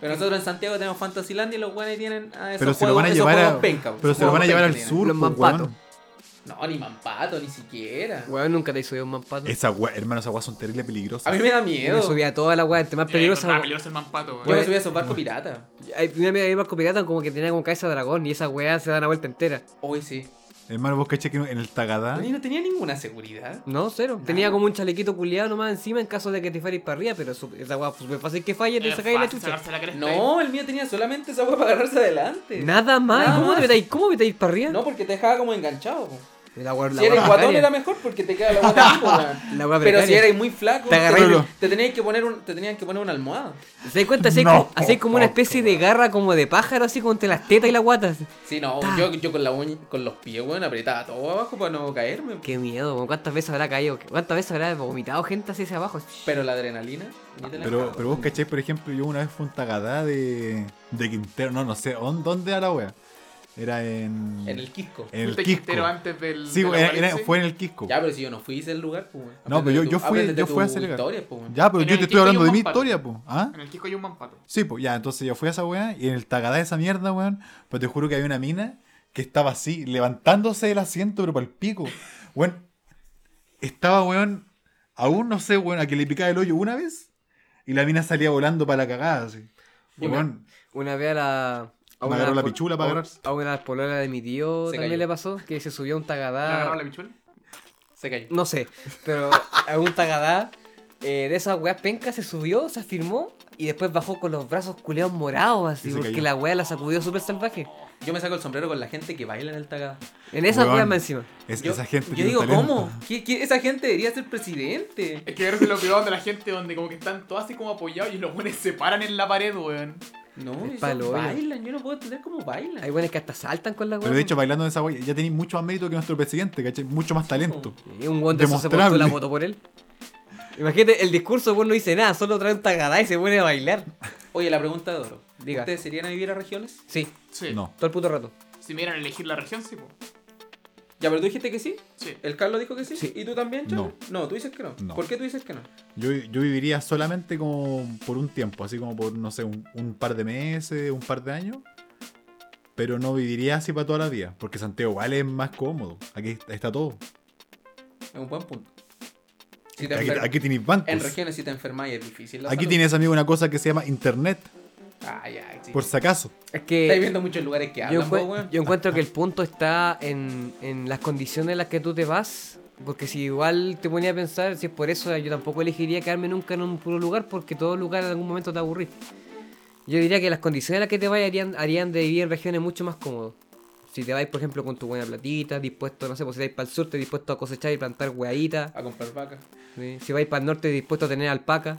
Pero nosotros en Santiago tenemos Fantasylandia y los guanes tienen a esos pero se lo juegos- van a esos llevar a, juegos penca, po. pero Esos se lo van a juegos llevar al penca tienen. sur, Los po, mampatos. weón. No, ni Mampato, ni siquiera. weón, nunca te hizo un mampato. Esa weá, hermano, esa weá son terribles A peligrosas. mí me da Yo me miedo. subía a toda la weá, entre más peligrosa. Ah, peligroso el mampato, Yo weón. me subí a esos barcos piratas. Hay una amiga de Marco Pirata como que tenía como cabeza de dragón y esa weá se da una vuelta entera. Hoy sí. Hermano, vos caché que en el Tagadá. Yo no tenía ninguna seguridad. No, cero. Tenía como un chalequito culiado nomás encima en caso de que te falle para arriba, pero su- esa weá fue fácil que falle, te Es sacáis la fácil chucha. sacarse la cresta ahí. No, el mío tenía solamente esa hueá para agarrarse adelante. Nada más. Nada ¿Cómo más. te metáis? ¿Cómo metáis para arriba? No, porque te dejaba como enganchado. po. La weá, la si weá eres guatón precaria. era mejor porque te quedaba la hueá aquí, po, weón. La hueá Pero si precaria. eres muy flaco, Te te, agarré tenías- y- te tenías que poner un, te tenían que poner una almohada. ¿Se das cuenta? Así, No. así como una especie de garra como de pájaro, así como entre las tetas y las guatas. Sí, no, yo, yo con la uña, con los pies, weón, apretaba todo abajo para no caerme. Qué miedo, weón. ¿cuántas veces habrá caído? ¿Cuántas veces habrá vomitado gente así hacia abajo? Pero la adrenalina, ni te la Pero, acabo. pero vos cacháis, por ejemplo, yo una vez fui a un Tagadá de, de Quintero, no, no sé, ¿dón- ¿dónde era la wea? Era en. en el quisco. en el Fuiste Quisco. Quintero antes del. Sí, del era- era- apocalipsis. fue en el Quisco. Ya, pero si yo no fui a ese lugar, pues. weón. No, Aprende pero yo- de yo fui- aprende yo de fui a tu ese lugar. historia, pues, weón. Ya, pero En yo el te estoy Quisco hay hablando un de mi mampato. historia, po. ¿Ah? En el Quisco hay un mampato. Sí, pues ya, entonces yo fui a esa weá y en el tagadá de esa mierda, weón, pues te juro que había una mina que estaba así, levantándose del asiento, pero para el pico. Weón, estaba, weón, aún no sé, weón, a que le picaba el hoyo una vez y la mina salía volando para la cagada, así. Yo me- Weón, Una vez a la. A Me una, agarró la pol- pichula para a- agarrarse. A una de las pololas de mi tío Se también cayó. le pasó que se subió a un Ah. ¿Le agarraron tagadá. la pichula? Se cayó. No sé, pero a un tagadá eh, de esas weas pencas se subió, se afirmó y después bajó con los brazos culeados morados Y así, se porque cayó. la wea la sacudió súper salvaje. Yo me saco el sombrero con la gente que baila en el tagada. En esas Weón. weas más encima. es- Yo, esa gente yo tiene digo, un talento. ¿cómo? ¿Qué- qué- esa gente debería ser presidente. Es que verse lo privado de la gente donde como que están todos así como apoyados y los buenos se paran en la pared, weón. No, Es ellos palo, oye. bailan, yo no puedo entender cómo bailan. Hay weones que hasta saltan con la wea. Pero de hecho, bailando en esa weá, ya tenéis mucho más mérito que nuestro presidente, ¿cachai? Mucho más talento. Y un weón de esos se portó la Demostrable. moto por él. Imagínate, el discurso el weón no dice nada, solo trae un tagadá y se pone a bailar. Oye, la pregunta de oro. Diga. ¿Ustedes se irían a vivir a regiones? Sí, Sí. No. todo el puto rato. Si me dieran a elegir la región, sí, po. Ya, pero tú dijiste que sí. Sí. Este El Carlos dijo que sí. Sí. ¿Y tú también, No. Charlie? No, tú dices que no. No. ¿Por qué tú dices que no? Yo, yo viviría solamente como por un tiempo, así como por, no sé, un, un par de meses, un par de años. Pero no viviría así para toda la vida. Porque Santiago igual es más cómodo. Aquí está todo. Es un buen punto. Si te Aquí, enfer- aquí tienes bancos. En regiones si te enfermas es difícil. la Aquí salud. tienes, amigo, una cosa que se llama internet. Ah, ya, sí. Por si acaso. Es Estáis que viendo muchos lugares que yo, hablan, encue- po, weón. yo encuentro que el punto está en, en las condiciones en las que tú te vas. Porque si igual te ponía a pensar, si es por eso, yo tampoco elegiría quedarme nunca en un puro lugar, porque todo lugar en algún momento te aburrís. Yo diría que las condiciones en las que te vayas harían, harían de vivir en regiones mucho más cómodos. Si te vais, por ejemplo, con tu buena platita, dispuesto, no sé, pues si vais para el sur, te dispuesto a cosechar y plantar hueaditas. A comprar vacas. ¿sí? Si vais para el norte, dispuesto a tener alpaca.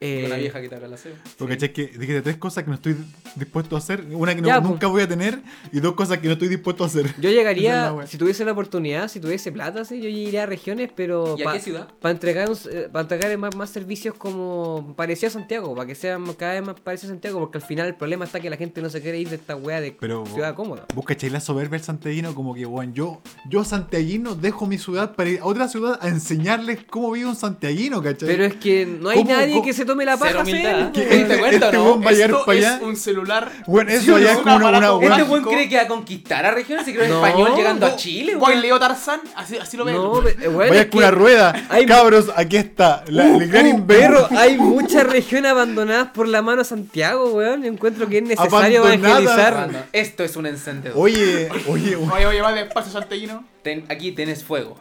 Y Eh, Una vieja que te haga el aseo. Porque caché que dijiste tres cosas que no estoy dispuesto a hacer. Una que no- Ya, pues. po. nunca voy a tener. Y dos cosas que no estoy dispuesto a hacer. Yo Esa es la llegaría, wea. si tuviese la oportunidad, si tuviese plata, sí, yo iría a regiones, pero ¿Y a qué para ciudad? entregar, un s- pa entregar más, más servicios como parecía Santiago, para que sea cada vez más parecido a Santiago, porque al final el problema está que la gente no se quiere ir de esta wea de Pero- ciudad cómoda. Vos cacháis la soberbia del santiaguino como que, bueno, yo, yo santiaguino dejo mi ciudad para ir a otra ciudad a enseñarles cómo vive un santiaguino, ¿cachai? Pero es que no hay ¿Cómo- nadie cómo- que se tome la Cero paja. pues. humildad. ¿Qué? ¿Te diste cuenta Este o weón va a llegar Esto para es allá. un celular. Bueno, eso ¿Sí o ya no? es Un como una, una aparato weá. Este mágico. weón cree que va a conquistar a regiones y cree que No. español llegando a Bo- Chile, Boy weón. Leo Tarzán, así, así lo no, ven. pe- eh, weón, es Vaya con que- una rueda. hay- Cabros, aquí está. La, Uh, el gran uh, invento. perro, hay muchas regiones abandonadas por la mano de Santiago, weón. Yo encuentro que es necesario Abandonadas. evangelizar. Fernando, Esto es un encendedor. Oye, oye, oye. Oye, oye, va despacio, Santiaguino. Ten- aquí tenés fuego.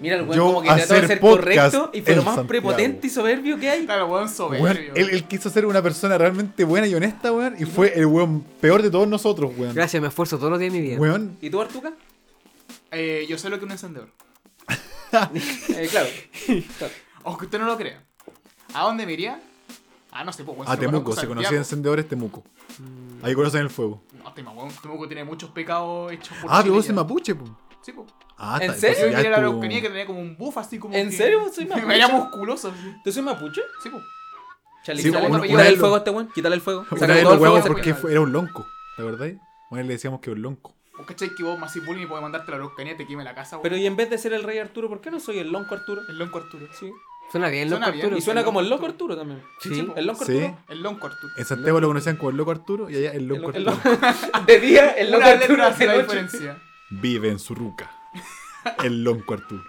Mira el weón Uh, Yo como que trató de hacer ser podcast correcto y fue lo en más Santiago. prepotente y soberbio que hay. Claro, weón Weón, soberbio. él, él quiso ser una persona realmente buena y honesta, weón. Y fue el weón peor de todos nosotros, weón. Gracias, me esfuerzo todos los días de mi vida. Weón. ¿Y tú, Artuca? Eh, yo sé lo que es un encendedor. Eh, claro. Claro. Aunque usted no lo crea. ¿A dónde me iría? Ah, no sé, pues, weón, A si lo Temuco, conozco, se Santiago. conocía encendedores Temuco. Ahí conocen el fuego. No, este Temuco, weón, Temuco tiene muchos pecados hechos por Ah, pero Chile vos ya. es mapuche, po. Sí, pues. Ah, ¿En ta- serio? Yo entonces ya quería la estuvo- araucanía que tenía como un buff así como. ¿En que- serio? Soy mapuche. Me veía musculoso. así. ¿Tú soy mapuche? Sí, pues. Chale, Sí, una- quítale el- una quítale el vez fuego lo- a este weón. Quítale el fuego. Una Sácale vez todo lo el fuego huevamos a este porque weón. fue- era un lonco, ¿te acordáis? Bueno, le decíamos que era un lonco. Vos cachai que vos más bullying y podés mandarte a la araucanía y te queme la casa, Pero weón. y en vez de ser el rey Arturo, ¿por qué no soy el lonco Arturo? El lonco Arturo. Sí. Suena bien, Suena loco, bien. Arturo. Y suena como el loco Arturo también. Sí. El loco Sí. Arturo. El lonco Arturo. En Santiago lo conocían como el loco Arturo y allá el El loco lo- el Arturo. loco. De día, el loco Una Arturo letra hace hace la noche. diferencia. Vive en su ruca. El lonco Arturo.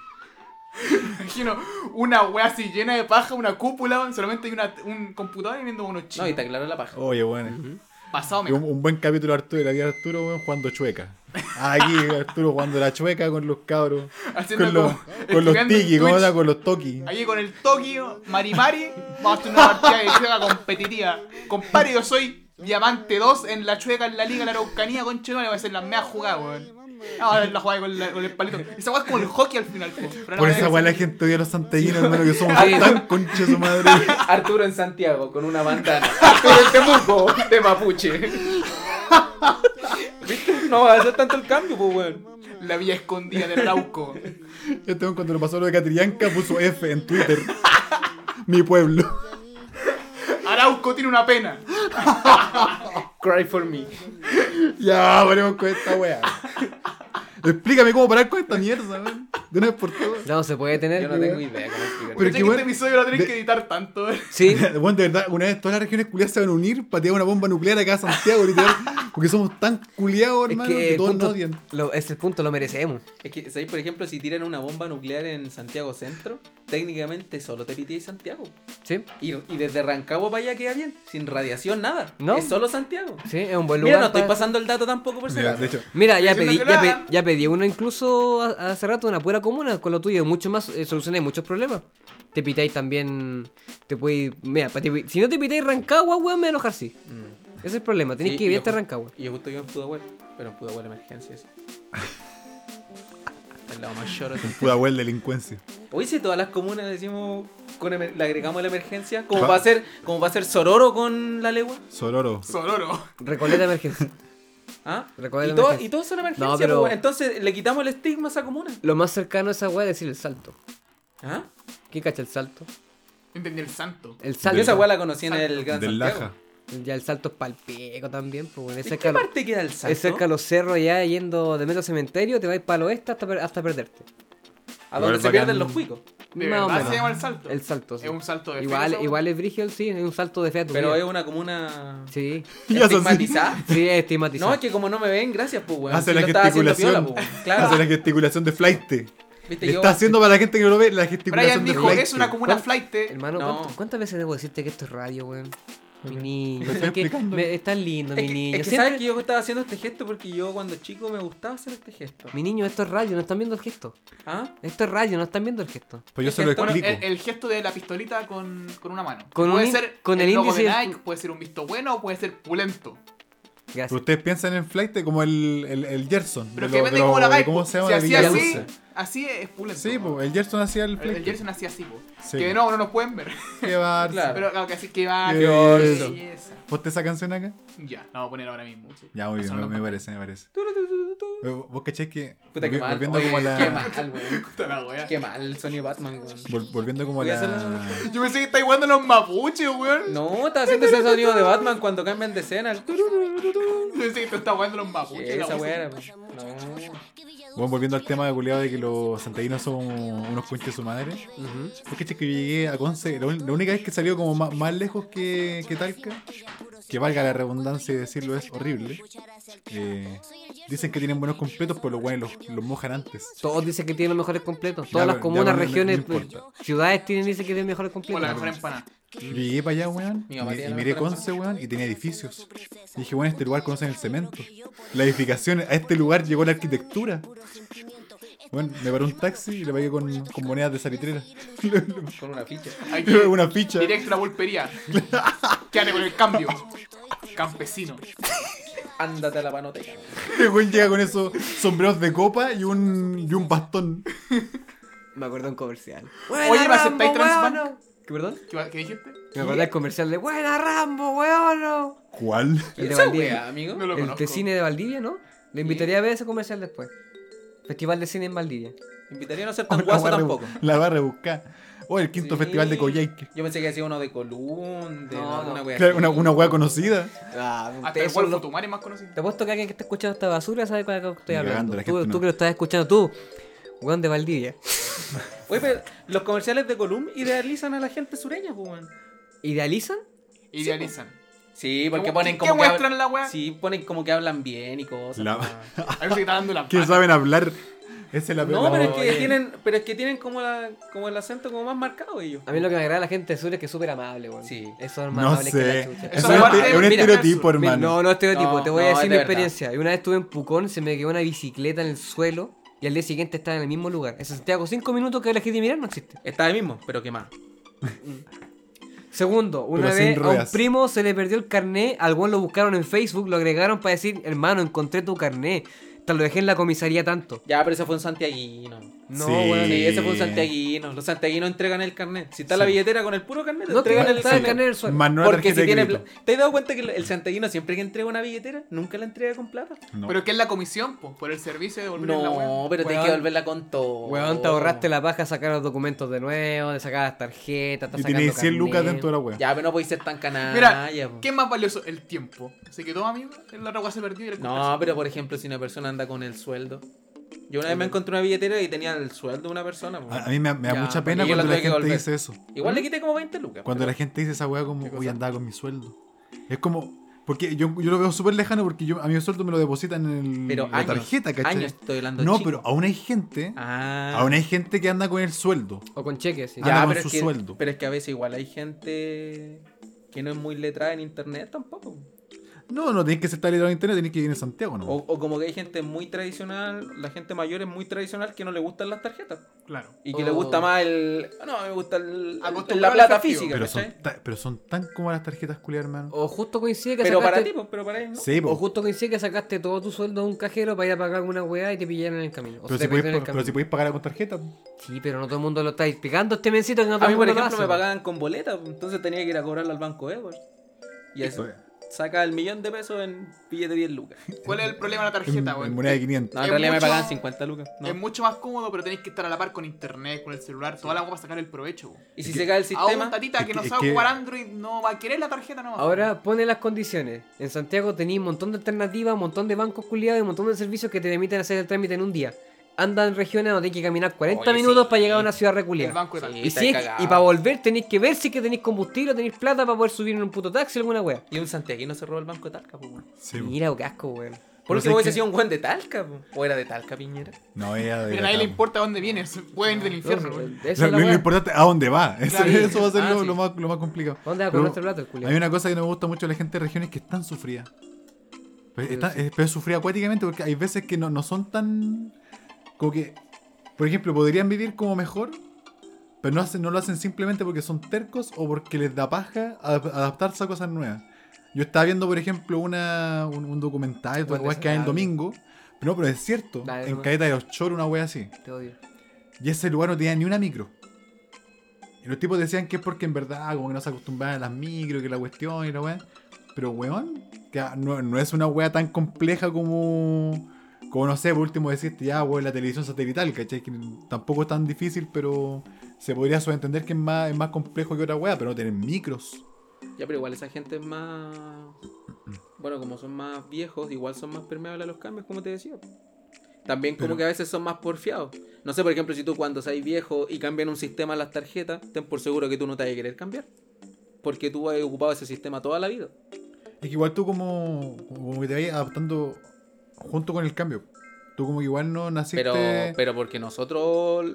Imagino una wea así llena de paja, una cúpula, weón, solamente hay una, un computador y viendo unos No, chicos. y te aclaró la paja. Oye, bueno. Pasado me Un, un buen capítulo de Arturo, de la vida de Arturo, weón, jugando chueca. Aquí Arturo jugando la chueca con los cabros. Haciendo Con los, como- con los estudiando en tiki, ¿cómo Twitch. era? Con los toki. Allí con el Tokio, Marimari, vamos a hacer una partida de chueca competitiva. Compadre, yo soy diamante 2 en la chueca en la Liga de la Araucanía, conche, no le voy a hacer las meas jugadas, weón. Ahora la jugada con, la- con el palito. Esa weá es como el hockey al final, po. Pero no Por me esa parece. weá la gente odia a los santellinos, hermano, que somos Sí. tan concha su madre. Arturo en Santiago con una bandana. Arturo en Temuco de mapuche. ¿Viste? No va a hacer tanto el cambio, pues, weón. La villa escondida del Arauco. Este weón cuando le pasó lo de Catrillanca puso F en Twitter. Mi pueblo. Arauco tiene una pena. Cry for me. Ya, paremos con esta weá. Explícame cómo parar con esta mierda, weón. De una vez por todas. No, se puede tener. Yo no tengo idea cómo explicar. Pero Pero es que que este bueno, episodio lo tenés de- que editar tanto, eh. Sí, Bueno, de verdad, una vez todas las regiones culiadas se van a unir para tirar una bomba nuclear acá a Santiago, literal. Porque somos tan culiados, es hermano, que, que el todos punto, nos odian. lo- es el punto, lo merecemos. Es que, ¿sabéis, por ejemplo, si tiran una bomba nuclear en Santiago Centro, técnicamente solo te pitié Santiago. Sí, Y, y desde Rancagua para allá queda bien, sin radiación, nada. No. Es solo Santiago. sí, es un buen lugar. Mira, no estoy para- pasando el dato tampoco por si Mira, acaso. de hecho, Mira, ya Estoy pedí, diciendo ya, que lo pe- ya pedí uno incluso a- hace rato, una pura comuna con lo tuyo, mucho más, eh, solucioné muchos problemas. Te pitáis también, te puedes, mira, pa- te- si no te pitáis Rancagua, weón, me voy a enojar, sí. Ese es el problema, tenéis Mm. Sí, que y irte a yo ju- Rancagua. Y yo justo iba en Pudahuel, pero en Pudahuel emergencia, sí. el lado más lloro. puta weá, delincuencia. Hoy si todas las comunas decimos, con emer- le agregamos la emergencia, como Va. va a ser, como va a ser Sororo con la legua. Sororo. Sororo. Recoleta emergencia. ¿Ah? Recuerda Y, la todo- emergencia. y todos son emergencias, No, pero- pues, entonces le quitamos el estigma a esa comuna. lo más cercano a esa weá es decir el salto. ¿Ah? ¿Qué cacha el salto? Entendí el santo. El Yo esa salto. weá la conocí en el Gran Del Santiago. Laja. Ya el salto es palpico también, pues, weón, ¿En es qué cerca de lo- parte queda el salto? Es cerca de los cerros ya yendo de metro cementerio, te vais para el oeste hasta, per- hasta perderte. A Igual donde se bacán. pierden los cuicos. De Más o verdad menos. se llama el salto. El salto, sí. Es un salto de fe, Igual, esa igual es brígido, sí, es un salto de fe a tu Pero vida. es una como una. Sí. Ya se- ¿Estigmatizada? Sí, No, es estigmatizado. es que como no me ven, gracias, pues, weón. Hace Si la lo estaba haciendo piola, gesticulación. pues, weón. Hace la Claro. gesticulación de flight. Viste, yo- Está haciendo para la gente que no lo ve la gesticulación Brian de dijo, flight. es una comuna ¿Cuál? flight. Hermano, No. ¿cuántas, cuántas veces debo decirte que esto es radio, weón? Mi Lo niño, estoy ¿sabes qué? explicando. Me- es tan lindo, Es mi que, niño. es que Siempre- sabes que yo estaba haciendo este gesto porque yo cuando chico me gustaba hacer este gesto. Mi niño, esto es radio, no están viendo el gesto. ¿Ah? Esto es radio, no están viendo el gesto. Pues yo Es se que lo esto- Bueno, el, explico. el gesto de la pistolita con, con una mano. Con un puede in- ser con el el, logo índice y de el- Nike, puede ser un visto bueno o puede ser pulento. Gracias. Ustedes piensan en flight como el, el, el Gerson. Pero de que lo- vende de lo- como la de Nike. ¿Cómo se llama? si De hacía así, Villaluce. así es pulento. Sí, pues el Gerson hacía el El, el flight. Jerson hacía así, po. Sí, Que po. de nuevo no nos pueden ver. Qué bar- Claro. Pero claro que así que va. Qué qué bonito. belleza. ¿Ponte esa canción acá? Ya, la vamos a poner ahora mismo. sí. Ya, muy bien, me, Pasando me con- parece, me parece. Pero Eh, Vos cachéis que. Puta, qué volvi- mal. Volviendo Oye, como a Qué la. mal, weón. Puta la wea. Qué mal el sonido Batman, weón. vol- Volviendo como a Voy a la. Yo pensé que está jugando los mapuches, weón. No, estaba haciendo ese sonido de Batman cuando cambian de escena. el Yo pensé que te está jugando los mapuches. ¿Qué la esa wea. weá era, weón. No. Bueno, volviendo al tema de culiado de que los santaínos son unos conches de su madre. Vos cachéis que yo llegué a Conce. La, un- la única vez que salió como ma- más, lejos que, que Talca, que valga la redundancia y decirlo, es horrible. eh, dicen que tienen buenos completos, pero los buenos los, los mojan antes. Todos dicen que tienen los mejores completos. Ya, Todas pero- ya, las comunas, pero no- regiones, pues, no importa. ciudades tienen, dicen que tienen mejores O la completos. mejor empanada. Yo Llegué para allá, weón, Mi y, mamá me- tiene y la miré mejor Conce, weón, y tenía edificios. Y dije, bueno, este lugar conocen el cemento. Las edificaciones, a este lugar llegó la arquitectura. Bueno, me paró un taxi y le pagué con, con monedas de salitrera. Con una ficha. Aquí, Una ficha. directo a la pulpería. Quédate con el cambio. Campesino. Ándate a la panoteca. El weón llega con esos sombreros de copa y un, y un bastón. Me acuerdo de un comercial. Oye, ¿me aceptáis Transbank? ¿Qué, perdón? ¿Qué, va- qué dijiste? Me acuerdo del comercial de Buena Rambo, weón. ¿Cuál? El de Esa Valdivia. weá, amigo. No lo El conozco. de cine de Valdivia, ¿no? Le invitaría a ver ese comercial después. Festival de cine en Valdivia. Invitaría a no ser tan La guaso va a rebu- tampoco. La va a rebuscar. O el quinto Sí. festival de Coyhaique. Yo pensé que hacía uno de Colún, de No, alguna no. wea Claro, así. una, una weá conocida. Ah, Hasta el Wolf Futumare es más conocido. Te apuesto que alguien que está escuchando esta basura sabe cuál es que Ni estoy hablando. cagando, la tú, gente tú no. que lo estás escuchando tú, weón de Valdivia. Oye, pero los comerciales de Colum idealizan a la gente sureña, pues, weón. ¿Idealizan? Idealizan. Sí, ¿Qué- porque ponen qué como que muestran hablan- la weá? Sí, ponen como que hablan bien y cosas. La- weón. A mí se está dando la Que pata. saben hablar. Esa es la Ah. No, pero es la- que tienen, pero es que tienen como la, como el acento como más marcado ellos. A mí lo que me agrada de la gente del sur es que es súper amable, weón. Sí. Eso es más No amable que sé. la chucha. Es Eso un, es parte esti- de- es un mira, estereotipo, mira, hermano. No, no estereotipo, No, te voy no, a es decir de mi verdad. experiencia. Y Una vez estuve en Pucón, se me quedó una bicicleta en el suelo y al día siguiente estaba en el mismo lugar. En Santiago, cinco minutos que elegí de mirar no existe. Está ahí mismo, pero qué más. Segundo, una Pero sin vez a un ruedas. primo se le perdió el carné, al buen lo buscaron en Facebook, lo agregaron para decir, hermano, encontré tu carné. Te lo dejé en la comisaría tanto. Ya, pero ese fue un santiaguino. No, Sí. weón. Sí, ese fue un santiaguino. Los santiaguinos entregan el carnet. Si está la billetera con el puro carnet, No, entregan que el está el carnet. carnet en el suelo. Más no la Porque tarjeta si de tiene. crédito. pla- ¿Te has dado cuenta que el- el santiaguino siempre que entrega una billetera, nunca la entrega con plata? No. Pero que es la comisión, po, por el servicio de volver la No, weá. pero tenés Weón. que devolverla con todo. Weón, Oh. te ahorraste la paja de sacar los documentos de nuevo, de sacar las tarjetas, estás Y sacando tiene 100 lucas carné. dentro de la weá. Ya, pero no podéis ser tan canalla. Mira, po. ¿qué es más valioso? El tiempo. Se quedó amigo, el otro weá se perdió y la No, pero por ejemplo, si una persona anda con el sueldo. Yo una vez me encontré una billetera y tenía el sueldo de una persona. po. A, a mí me, me da Ya, mucha porque pena yo cuando la la tuve que gente volver. dice eso. Igual le quité como 20 lucas. Cuando pero- la gente dice esa weá como, ¿Qué cosa? uy, andaba con mi sueldo. Es como, porque yo, yo lo veo súper lejano porque yo, a mi sueldo me lo depositan en el- Pero la años, tarjeta, ¿cachai? años estoy hablando no, chico. pero aún hay gente, Ah. aún hay gente que anda con el sueldo. O con cheques, sí. Ah, anda con es su que, sueldo. Pero es que a veces igual hay gente que no es muy letrada en internet tampoco. No, no tenés que estar literado en internet, tenés que ir en Santiago, ¿no? O, o como que hay gente muy tradicional, la gente mayor es muy tradicional que no le gustan las tarjetas. Claro. Y que le Oh. gusta más el. No, me gusta el, el- Acostumbrado la al plata efectivo. física. pero, Pero, son ta- pero son tan como las tarjetas culiadas, hermano. O justo coincide que pero sacaste... para ti, pues, pero para él, ¿no? sí, po. O justo coincide que sacaste todo tu sueldo a un cajero para ir a pagar una weá y te pillaron en el camino. O pero, se si te perdieron en podéis, el pero si camino. podéis pagar con tarjeta. po. Sí, pero no todo el mundo lo está explicando este mencito que no todo A mí, el por mundo lo ejemplo, me hace, pagaban con boleta, pues, entonces tenía que ir a cobrarlo al banco Edward. Y así pues. saca el millón de pesos en billete de 10 lucas. ¿Cuál es el problema de la En, tarjeta, en weón? moneda de 500. No, en Es realidad mucho- me pagaban 50 lucas. no. Es mucho más cómodo, pero tenéis que estar a la par con internet, con el celular, toda la agua para sacar el provecho. weón. Y si se cae Aún el sistema, tatita que no Es sabe que- jugar Android no va a querer la tarjeta, no. Ahora pone las condiciones. En Santiago tenéis un montón de alternativas, un montón de bancos culiados y un montón de servicios que te permiten hacer el trámite en un día. anda en regiones donde hay que caminar 40 Oye, minutos sí. para llegar a una ciudad El reculeada. banco de Sí. tal. Y Y, está si es- cagado. y para volver tenéis que ver si es que tenéis combustible o tenéis plata para poder subir en un puto taxi o alguna wea. Y un santiaguino se robó el banco de Talca, pues, weón. Sí, po. Mira, oh, qué asco, weón. Por Pero último sé hubiese que- sido un weón de Talca, pues. po. O era de Talca, Piñera. No, ella de Pero a nadie le Latam. importa dónde vienes. Pueden ir del infierno, No, güey. esa es Lo, la lo- lo wea. importante es a dónde va. Eso, Claro. eso va a ser Ah, lo, sí. lo más, lo más complicado. ¿Dónde va a Pero cobrar este plato el culiao? Hay una cosa que no me gusta mucho de la gente de regiones que es tan sufrida. Pues Pero está- es- pero es sufrida acuáticamente porque hay veces que no, no son tan. Como que. Por ejemplo, podrían vivir como mejor, pero no, hacen, no lo hacen simplemente porque son tercos o porque les da paja a- adaptarse a cosas nuevas. Yo estaba viendo, por ejemplo, una, un, un documental Buen que hay el desagradable. domingo. Pero no, pero es cierto. Dale, en nomás. Caeta de Ochor, una wea así. Te odio. Y ese lugar no tenía ni una micro. Y los tipos decían que es porque en verdad, como que no se acostumbraban a las micro, que la cuestión y la weá. Pero weón, que a- no, no es una weá tan compleja como. Como no sé, por último decirte ya, weón, la televisión satelital, ¿cachai? Que tampoco es tan difícil, pero se podría sobreentender que es más, es más complejo que otra weá, pero no tener micros. Ya, pero igual esa gente es más. Bueno, como son más viejos, igual son más permeables a los cambios, como te decía. También como Pero- que a veces son más porfiados. No sé, por ejemplo, si tú cuando seas viejo y cambian un sistema en las tarjetas, ten por seguro que tú no te vas a querer cambiar. Porque tú has ocupado ese sistema toda la vida. Es que igual tú como, como que te vas adaptando junto con el cambio. Tú como que igual no naciste. Pero, pero porque nosotros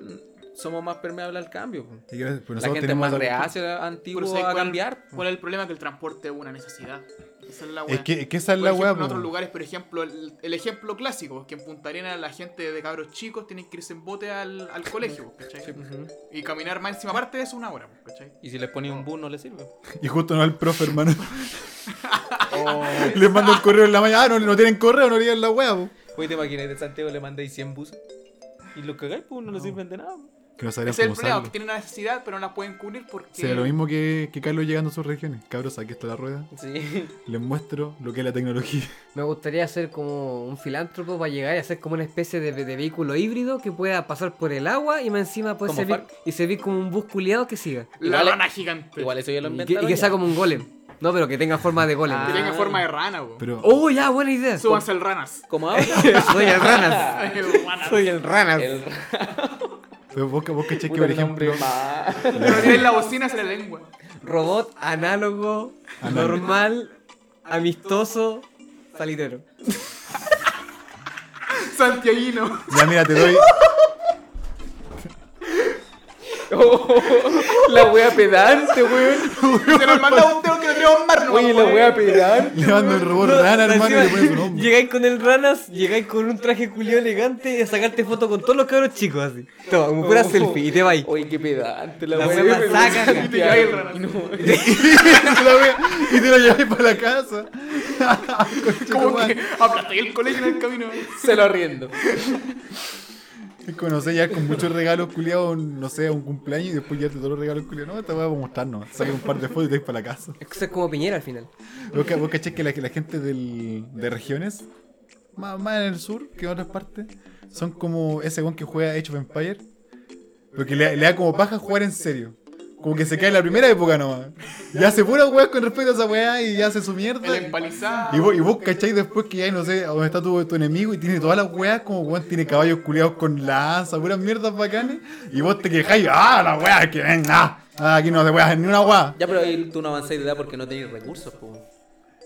somos más permeables al cambio. po. Y que- pues nosotros La gente es tenemos esa más costumbre. reacia, Pero antiguo ¿sabes a cuál- cambiar. ¿Cuál es el problema? Que el transporte es una necesidad. Esa es la weá. Es que, es que esa es Por la ejemplo, weá, en po. otros lugares, por ejemplo, el, el ejemplo clásico, que en Punta Arenas la gente de cabros chicos tienen que irse en bote al, al colegio, ¿cachai? Y caminar más encima parte es una hora, ¿cachai? Y si les ponía un bus no les sirve. Y justo no al profe, hermano. Les mando el correo en la mañana. Ah, no, no tienen correo, no harían la wea, po. Oye, te imaginas, de Santiago le mandáis 100 buses. Y los cagáis, pues no, les sirven de nada. po. Que no Ese sabrían es el cómo problema, usarlo. que tienen una necesidad, pero no la pueden cubrir porque. Sería lo mismo que, que Carlos llegando a sus regiones. Cabros, aquí está la rueda. Sí. Les muestro lo que es la tecnología. Me gustaría ser como un filántropo para llegar y hacer como una especie de, de vehículo híbrido que pueda pasar por el agua y más encima puede Como servir Farc. y servir como un bus culiado que siga. La Igual- rana gigante. Igual eso ya lo Y que, inventaron. y que ya. sea como un golem. No, pero que tenga forma de golem. Que tenga Ah. forma de rana, weón. Pero Oh, ya, buena idea. Súbanse al ranas. Como ahora. Soy el ranas. Ranas. Soy el ranas. El pero vos, vos caché que, Puta, por el nombre ejemplo, más- Pero tienen la bocina hacia la lengua. Robot análogo, Análogo. normal, amistoso, salitero. Santiaguino. ya mira, te doy. la wea pedante, weón. Se nos mandaba un teo que lo tenemos mar, no Oye, la vamos a wea poder. pedante. Le mando el robot rana, hermano, y le pones su nombre. Llegáis con el ranas, llegáis con un traje culio elegante a sacarte foto con todos los cabros chicos así. Toma, una pura Oh. selfie y te vais. Oye, qué pedante la, La wea. wea Pero- saca, saca. Y te cae el ranas. La wea, y te lo lleváis para la casa. Conche tu Como madre. que aplasté el colegio en el camino. Se lo riendo. Es como, no sé, ya con muchos regalos culiados, no sé, a un cumpleaños y después ya te todos los regalos culiados. No, esta weá vamos a mostrarnos. Saca un par de fotos y te vas para la casa. Eso es como Piñera al final. Vos, ca- vos cachés que la, la gente del, de regiones, más, más en el sur que en otras partes, son como ese weón que juega Age of Empire. Porque le, le da como paja jugar en serio. Como que se cae en la primera época nomás. Y hace puras weas con respecto a esa weá y hace su mierda. El empalizado. Y vos, y vos cacháis después que ya no sé dónde está tu, tu enemigo y tiene todas las weas como weón tiene caballos culiados con lanza, puras mierdas bacanes. Y vos te quejáis, ah, la wea que ven, ah, ah, aquí no te voy a hacer ni una wea. Ya, pero ahí tú no avanzáis de edad porque no tenéis recursos, po.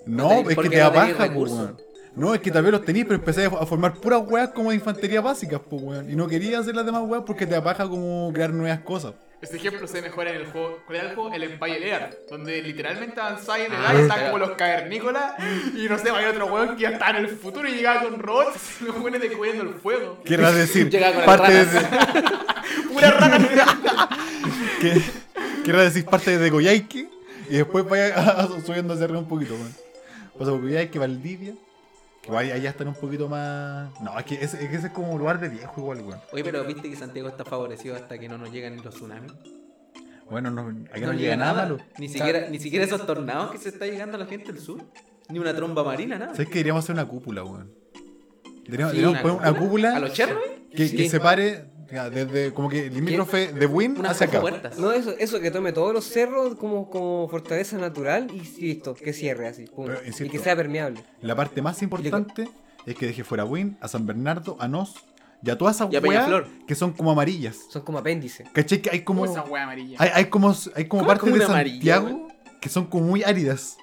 No, tenéis- es que porque te no da tenéis baja, po, recursos. weón. No, es que tal vez los tenís, pero empecé a a formar puras weas como de infantería básicas, pues weón. Y no quería hacer las demás weas porque te apaja como crear nuevas cosas. Este ejemplo se mejora en el juego. ¿Cuál era el juego? El Empire Earth, donde literalmente avanzáis en el área, están como los cavernícolas. Y no sé, había otro weón que ya estaba en el futuro y llegaba con robots y los weones descubriendo el fuego. Quieras decir, Llega con parte de, las Pura rana. que, quieras decir parte de Goyaiki y después vaya a- a- subiendo hacia arriba un poquito, weón. Pasa por Goyaiki, Valdivia. Que igual allá están un poquito más. No, es que ese, es que ese es como un lugar de viejo igual, weón. Oye, pero viste que Santiago está favorecido hasta que no nos llegan los tsunamis. Bueno, no, aquí no, llega nada malo. Ni siquiera, ni siquiera esos tornados que se está llegando a la gente del sur. Ni una tromba marina, nada. ¿Sabes que deberíamos hacer una cúpula, weón? Deberíamos, Sí, deberíamos una poner una cúpula. ¿A los Chernobyl? Que, que Sí. separe ya, desde como que el limítrofe de Win Unas hacia acá. puertas. No, eso, eso que tome todos los cerros como, como fortaleza natural y listo, que cierre así. pum. Pero, insisto. y que sea permeable. La parte más importante es que deje fuera a Win, a San Bernardo, a Nos Y a todas esas Y a weas Peñaflor. que son como amarillas. Son como apéndices. ¿Cachai? Que hay como. Como esa wea amarilla. Hay, hay como, hay como ¿Cómo partes como de una amarilla, Santiago que son como muy áridas.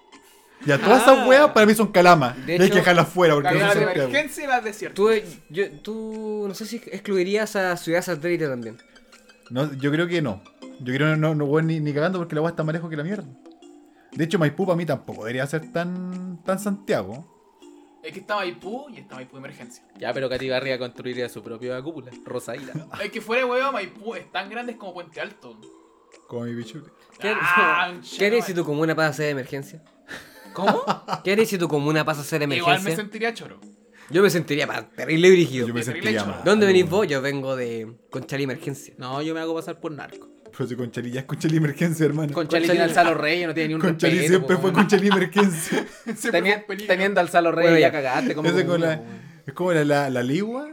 Y a todas Ah. esas weas para mí son calamas. De Y hay hecho, que dejarlas fuera porque la no wea son de Santiago. emergencia y la desierta. Tú, eh, yo, tú, no sé si excluirías a Ciudad Satélite también. No, yo creo que no. Yo creo que no, no voy ni, ni cagando porque la wea está más lejos que la mierda. De hecho, Maipú para mí tampoco debería ser tan, tan Santiago. Es que está Maipú y está Maipú de emergencia. Ya, pero Catigarria construiría su propia cúpula, Rosaira. Es que fuera de huevo, Maipú es tan grande como Puente Alto. Como mi pichule. ¿Qué, Ah, ¿Qué harías chaval. si tu comuna pasa a ser de emergencia? ¿Cómo? ¿Qué harías si tu comuna pasa a ser de Igual me emergencia? sentiría choro. Yo me sentiría pa- terrible y brígido. Yo me de sentiría Trilecho. mal. ¿Dónde venís vos? Yo vengo de Conchalí Emergencia. No, yo me hago pasar por narco. Pero si Pues con Chalí ya es con Chalí emergencia, hermano. Con, Con Charlie tiene alzado los reyes, no tiene ni un Chalí respeto, siempre po, fue weón. con Chalí emergencia. Siempre fue Teni- un peligro. Teniendo alzado los reyes, Bueno, ya ya. cagaste. Como Ese con comuna, la, po, weón. es como la, la, la ligua.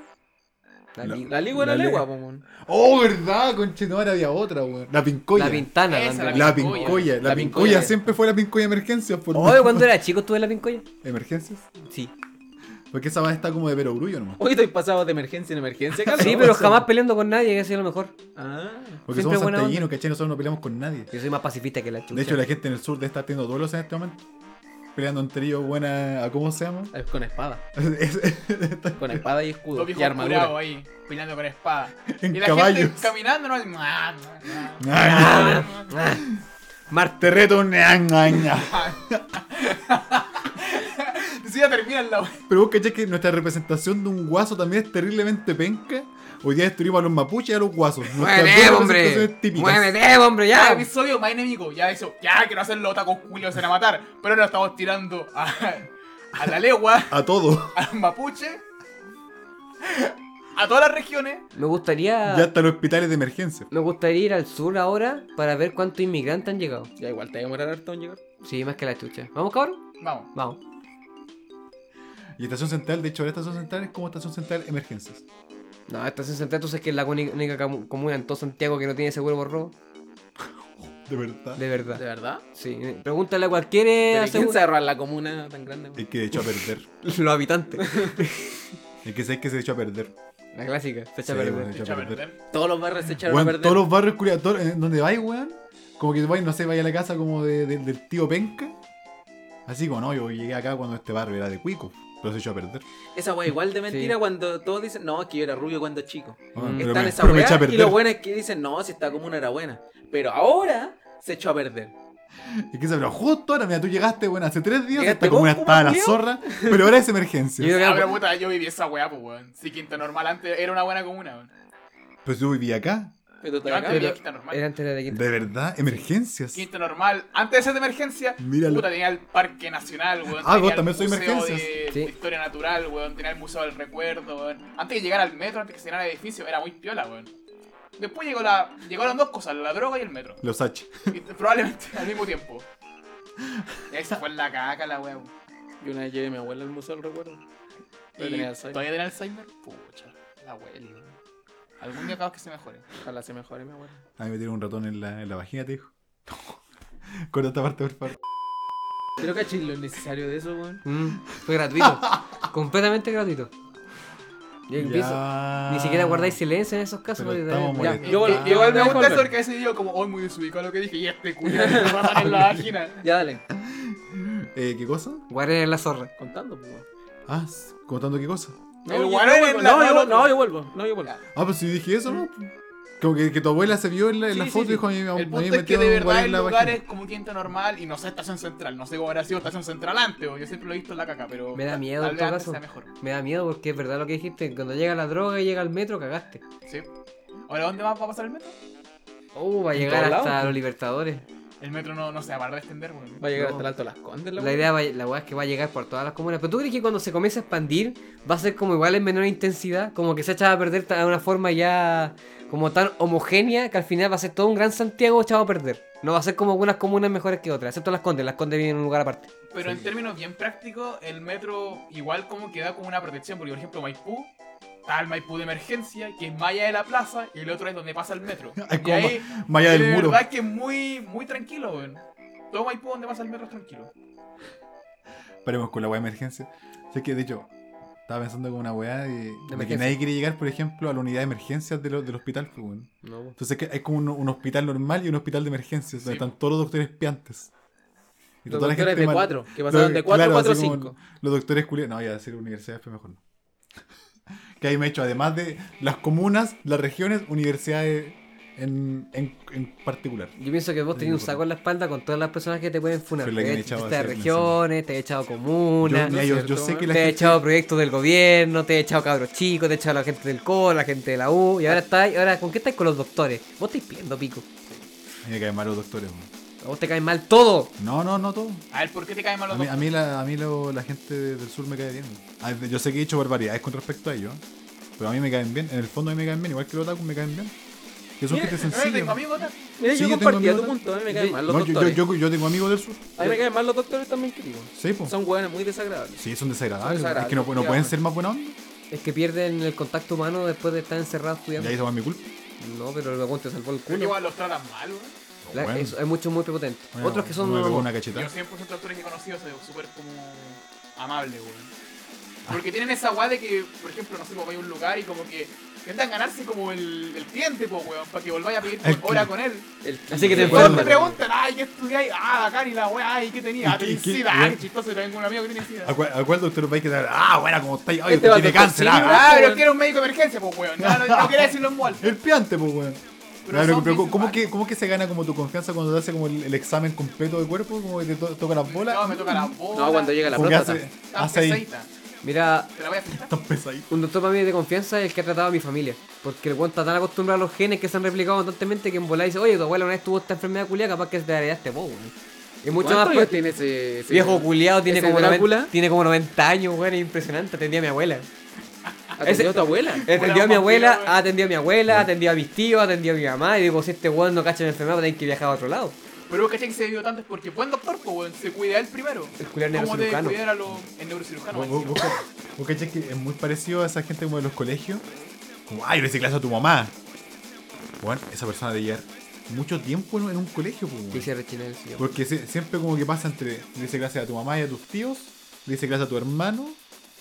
La, La- li- La ligua era La la legua, legua. po, weón. Oh, verdad, conchetumare había otra, weón. La pincoya. la pintana. Esa, también. La pincoya. La pincoya La pincoya. siempre fue la pincoya emergencia. Por Oye, ¿cuándo era chico estuve en la pincoya? ¿Emergencias? Sí. Porque esa va está como de perogrullo nomás. Hoy estoy pasado de emergencia en emergencia, cabrón. Sí, pero jamás peleando con nadie, que ha sido lo mejor. Ah. Porque Siempre somos buena santallinos, ¿cachai? Nosotros no peleamos con nadie. Yo soy más pacifista que la chucha. De hecho, la gente en el sur de estar teniendo duelos en este momento. Peleando entre ellos, buena. ¿A cómo se llama? Es con espada. Es- Con espada y escudo. Los Y viejos curados armadura. ahí, peleando con espada. En y la caballos. gente caminando, ¿no? Ah, ah, Ah, ah. Marte. Te reto. ña, ña, ña. Ni siquiera terminan la wea. Pero vos cachás que nuestra representación de un guaso también es terriblemente penca. Hoy día destruimos a los mapuches y a los guasos. Nuestras ¡Muévete, dos hombre! representaciones típicas. ¡Muévete, hombre! Ah, ¡Ya! episodio más enemigo. Ya eso, ya quiero hacerlo tacos culios en a matar. Pero nos estamos tirando a, a la legua, A todo. al mapuche, a todas las regiones. Me gustaría. Ya hasta los hospitales de emergencia. Me gustaría ir al sur ahora para ver cuántos inmigrantes han llegado. Ya igual te voy a demorar harto en llegar. Sí, más que la chucha. ¿Vamos, cabrón? Vamos. Vamos. Y estación central, de hecho, la estación central es como estación central emergencias. No, estás en Santiago, entonces que es la única única comu- comuna en todo Santiago que no tiene seguro por robo. De verdad. De ¿De verdad. verdad? Sí, pregúntale a cualquier eh, ¿Pero asegu- quién se agarró a la comuna tan grande? Es que se echó a perder. los habitantes. Es que sé que se echó a perder. La clásica, se echa a Sí, perder. bueno, se echó Echa a a perder. perder. Todos los barrios se echaron Weón, a perder. todos los barrios culiados, todo- en donde vais, weón. Como que vais, no sé, vais a la casa como de- de- del tío Penca. Así como, no, yo llegué acá cuando este barrio era de Cuico. Pero se echó a perder. Esa wea igual de mentira Sí. cuando todos dicen, no, es que yo era rubio cuando chico. Weón, Mm. pero Están me- esa pero me wea eché a y perder. lo bueno es que dicen, no, si esta comuna era buena. Pero ahora se echó a perder. Es que se pero justo ahora, mira, tú llegaste, bueno, hace tres días, Llegaste esta comuna vos, estaba la culiao. zorra, pero ahora es Yo emergencia. creo que- Ah, pero puta, yo viví esa weá, pues weón. Si Quinta Normal antes era una buena comuna, weón. Pero yo viví acá. Pero tú estás Yo antes acá. vivía en Quinta Normal. Era antes de la quinta. De verdad, emergencias. Quinta Normal, antes de ser de emergencia, Míralo. puta, tenía el Parque Nacional, weón. Ah, tenía vos el también soy Museo emergencias. de- Sí. de Historia Natural, weón. Tenía el Museo del Recuerdo, weón. Antes que llegara al metro, antes que se llenara el edificio, era muy piola, weón. Después llegó la, llegaron dos cosas, la droga y el metro. Los H. Y probablemente al mismo tiempo. Y ahí se fue en la caca la weón. Yo una vez llevé a mi abuela al museo, del recuerdo. Pero Y ¿Todavía tenía Alzheimer. tiene Alzheimer? Pucha, la abuela. weón. Algún día capaz que se mejore. Ojalá se mejore mi abuela. A mí me tiró un ratón en la, en la vagina, te dijo. Corta esta parte, por favor. Creo que chis, lo necesario de eso, weón. Mm, fue gratuito. completamente gratuito. Yo empiezo. Ya. Ni siquiera guardáis silencio en esos casos. Pero porque- estamos ya. molestando. Yo Yo- yo igual me gusta me eso acuerdo. porque ese video como hoy muy desubicado lo que dije y este culo me va en la vagina. Ya dale, Eh, ¿Qué cosa? Guardia en la zorra. contando, pues, weón. Ah, s- ¿contando qué cosa? El yo- guarón vuelvo, en la- no, yo- no, no, yo vuelvo, no, yo vuelvo. Ah, pues si dije eso, ¿no? Como que, que tu abuela se vio en la, en Sí, la sí, foto y sí. dijo a mí me El a mí punto me es que metieron de un verdad guarén el en la lugar vagina. es como quinta normal y no sé estación central. No sé cómo habrá sido estación central antes, o yo siempre lo he visto en la caca, pero. Me da miedo, tal en vez todo antes caso. sea mejor. Me da miedo porque es verdad lo que dijiste. Cuando llega la droga y llega el metro, cagaste. Sí. Ahora, ¿dónde va va a pasar el metro? Oh, va a En llegar todos hasta lados. los libertadores. El metro no, no se va a parar de extender, weón. Va a llegar No. hasta el alto de las condes, la La weón. idea, va, la weá es que va a llegar por todas las comunas. Pero tú crees que cuando se comience a expandir va a ser como igual en menor intensidad, como que se echa a perder de una forma ya como tan homogénea que al final va a ser todo un gran Santiago echado a perder. No va a ser como algunas comunas mejores que otras, excepto las Condes. Las Condes viven en un lugar aparte. Pero en términos bien prácticos, el metro igual como que da como una protección, porque por ejemplo Maipú, está el Maipú de emergencia, que es más allá de la plaza, y el otro es donde pasa el metro. Ay, y como ahí, Más allá de del muro. verdad que es muy, muy tranquilo, weón. Todo Maipú donde pasa el metro es tranquilo. Paremos con la weá de emergencia. Sé que, de hecho, Estaba pensando como una weá de, de que emergencia. nadie quiere llegar, por ejemplo, a la unidad de emergencias de lo- del hospital, pues, weón. No, po. Entonces que hay como un, un hospital normal y un hospital de emergencias, donde Sí. están todos los doctores piantes. Y Los toda la doctores gente de mal- cuatro, que pasaron de cuatro a cuatro a así como cinco. Los doctores culiados. No, ya decir universidades fue mejor no. que ahí me he hecho, además de las comunas, las regiones, universidades en, en, en particular. Yo pienso que vos tenés un saco en la espalda con todas las personas que te pueden funar. pues. Fui la que me Te te echaba echado hacia el regiones, te he echado Yo, comunas, mira, es yo- yo cierto, sé que te la he gente. echado proyectos del gobierno, te he echado cabros chicos, te he echado la gente del COL, la gente de la U. Y ahora estáis, ahora ¿con qué estáis con los doctores? Vos estáis pidiendo pico. A mí me caen mal los doctores. weón. A vos te cae mal todo. No, no, no todo. A ver, ¿por qué te caen mal A los mí, dos? a mí, la, a mí lo- la gente del sur me cae bien. A ver, Yo sé que he dicho barbaridades con respecto a ellos, pero a mí me caen bien. En el fondo a mí me caen bien, igual que los otakus me caen bien. Que son Mira, gente Eh, sencilla. tengo amigos acá. Mira, Sí, yo yo tengo compartía tu amigos- punto, a mí me caen mal los No, yo- yo, doctores. yo, yo tengo amigos del sur. a mí me caen mal los doctores también que digo. Sí, po. Son hueones muy desagradables. Sí, son desagradables. Son es que no, no desagradables, pueden ser más buenos onda. Es que pierden el contacto humano después de estar encerrados Y estudiando. ahí toma mi culpa. No, pero el vagón te salvó el Creo que culo. igual los tratan mal, weón. La- Bueno. eso, hay muchos muy prepotentes. Bueno, Otros que son. me unos- pegó una Yo cachetada. 100% de actores que he conocido son súper como amables, weón. Porque tienen esa weá de que, por ejemplo, no sé, como vais a un lugar y como que intentan ganarse como el, el cliente, pues, weón, para que volváis a pedir El hora con él. El- Así que Y te después te informan. preguntan, ay, ¿qué estudiáis? Ah, bacán, y la weá, ay, ¿qué tenías? Ah, ¿Y qué- tenés qué- sida, ah, qué qué- chistoso, yo tengo un amigo que tiene sida. ¿A cuál, a cuál doctor va a quedar? Ah, buena, como está ahí. Ay, Este usted va tiene al doctor cáncer. Simi, Ah, Ah, pero quiero un médico de emergencia, pues, weón. No, no, no quería decirlo en ah. molde. El piante, pues, weón. Pero Ya, pero- son pero mis ¿cómo, hermanos. que, ¿Cómo que se gana como tu confianza cuando te hace como el, el examen completo de cuerpo? Como que te to- toca las bolas. No, me toca la bola. No, cuando llega la Como que próstata. hace, Está hace ahí. pesadita. Mira, Te la voy a fijar. Tan pesadito. Un doctor para mí de confianza es el que ha tratado a mi familia. Porque el weón está tan acostumbrado a los genes que se han replicado constantemente que en volada dice, oye, tu abuela una vez tuvo esta enfermedad culiada, capaz que te la heredaste vos, weón. Es mucho más ¿Cuántos años pro- tiene ese, ese- Viejo culiado, tiene ese como, 90, Drácula? tiene como 90 años, weón, es impresionante, atendía a mi abuela. ¿Atendió Ah, a tu abuela? Atendió a mi vampiro, abuela, weón. atendió a mi abuela, atendió a mis tíos, atendió a mi mamá, y digo, si este weón no cacha la enfermedad, va a tener que viajar a otro lado. Pero vos cachai que se vio tanto es porque buen doctor, pues, weón, se cuida él primero. El culiao ¿Cómo te neurocirujano. cuidar a los el neurocirujano? Vos- weón? vos- Vos vos cachai que es muy parecido a esa gente como de los colegios. Como, ay, le hice clase a tu mamá. Bueno, esa persona debe llevar mucho tiempo en en un colegio, pues, weón. Y se rechina el sillón. Porque se- siempre como que pasa entre le dice clase a tu mamá y a tus tíos, le dice clase a tu hermano,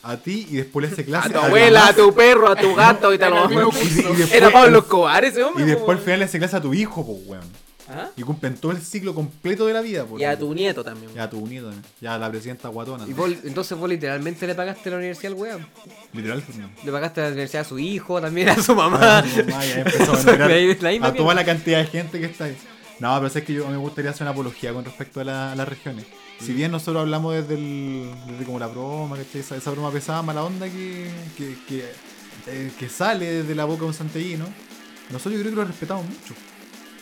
a ti y después le hace clase A tu abuela, a tu perro, a tu gato y En tal. el mismo Y de- y curso. después- Era Pablo Escobar ese hombre. Y después al po. final le hace clase a tu hijo, pues weón. ¿Ah? Y cumplen todo el ciclo completo de la vida, pues. Y a tu nieto también. Y a tu nieto, ¿no? y a la presidenta guatona. Y ¿no? vos, entonces vos literalmente le pagaste a la universidad al weón. Literal, pues, ¿no? Le pagaste a la universidad a su hijo, también a su Ah, mamá. tu mamá, y ahí empezó a enumerar La misma a mierda. toda la cantidad de gente que está ahí. No, pero es que yo me gustaría hacer una apología con respecto a, la- a las regiones. Si bien nosotros hablamos desde, el- desde como la broma, ¿cachai? esa, esa broma pesada, mala onda que, que, que, eh, que sale desde la boca de un santellino, nosotros yo creo que lo respetamos mucho.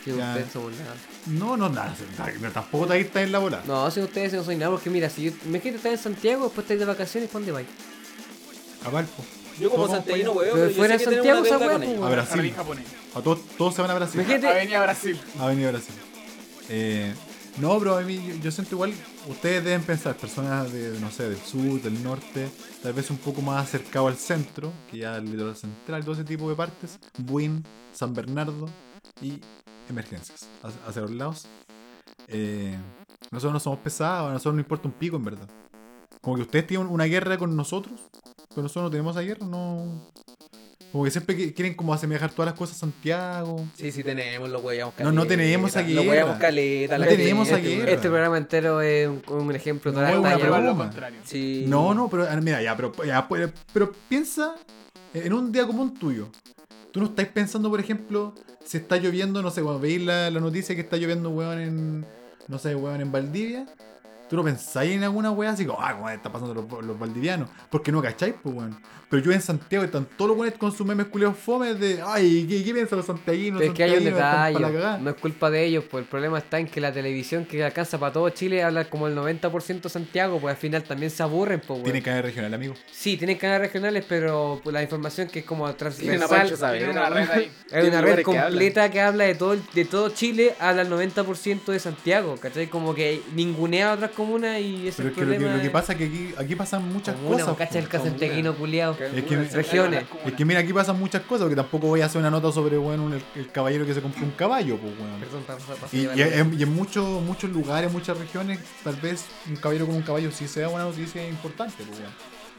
Sí, Ya. ustedes somos nada. No, no, nada, no, tampoco te está en la bola. No, si ustedes no soy nada, porque mira, si yo, me que estás en Santiago, después estás de vacaciones, ¿para dónde vais? A Valpo, Yo como Todos santiaguino, vamos weón, Pero pero yo fuera sé que tenemos Santiago una esa deuda weá, con pues, ellos. po, weón. a Jardín Brasil. japonés. A todos, todos se van a Brasil. Imagínate- Gente- Avenida Brasil. Ha venido a Brasil. Eh, no, pero a mí yo, yo siento igual, ustedes deben pensar, personas de, no sé, del sur, del norte, tal vez un poco más acercado al centro, que ya el litoral central, todo ese tipo de partes, Buin, San Bernardo y emergencias, hacia, hacia los lados. Eh, nosotros no somos pesados, a nosotros no importa un pico en verdad. Como que ustedes tienen una guerra con nosotros, pero nosotros no tenemos esa guerra, no... Como que siempre que- quieren como asemejar todas las cosas a Santiago. Sí, sí tenemos, los huellamos No, no tenemos aquí Los guerra. huellamos caleta. No la gente, tenemos aquí weón. guerra. Este programa entero es un, un ejemplo de No, la es una talla. Prueba lo broma. contrario. Sí. No, no, pero ah, mira, ya, pero, ya, pero, pero piensa en un día común tuyo. Tú no estáis pensando, por ejemplo, si está lloviendo, no sé, cuando veis la, la noticia que está lloviendo, weón, en, no sé, weón, en Valdivia. Tú no pensáis en alguna weá así como, ah, weón, está pasando los, los valdivianos. Porque no cacháis, pues, weón. Pero yo en Santiago están todos los weones con sus memes culeos fomes de, ay, ¿qué, qué piensan los santiaguinos? Pero es que hay un santiaguinos? Están para la detalle, cagá". no es culpa de ellos, pues el problema está en que la televisión que alcanza para todo Chile habla como el 90% Santiago, pues al final también se aburren, pues weón. Tiene que haber regional, amigo. Sí, tienen canales regionales, pero pues, la información que es como Tiene una transversal, pancha saber. Tiene una red ahí. Es una red completa que habla de todo, el- de todo Chile, habla el 90% de Santiago, ¿cachai? Como que ningunea a otras comunas y ese Pero es es que el lo que, problema. lo que pasa es que aquí, aquí pasan muchas comuna, cosas. ¿cachai? El pues. casantequino culiao. Es que- Regiones. Es que mira, aquí pasan muchas cosas, porque tampoco voy a hacer una nota sobre bueno, el, el caballero que se compró un caballo, pues, weón. Perdón, pa- pa- pa- Y, y- y en muchos, muchos lugares, muchas regiones, tal vez un caballero con un caballo sí sea una noticia importante, pues, weón.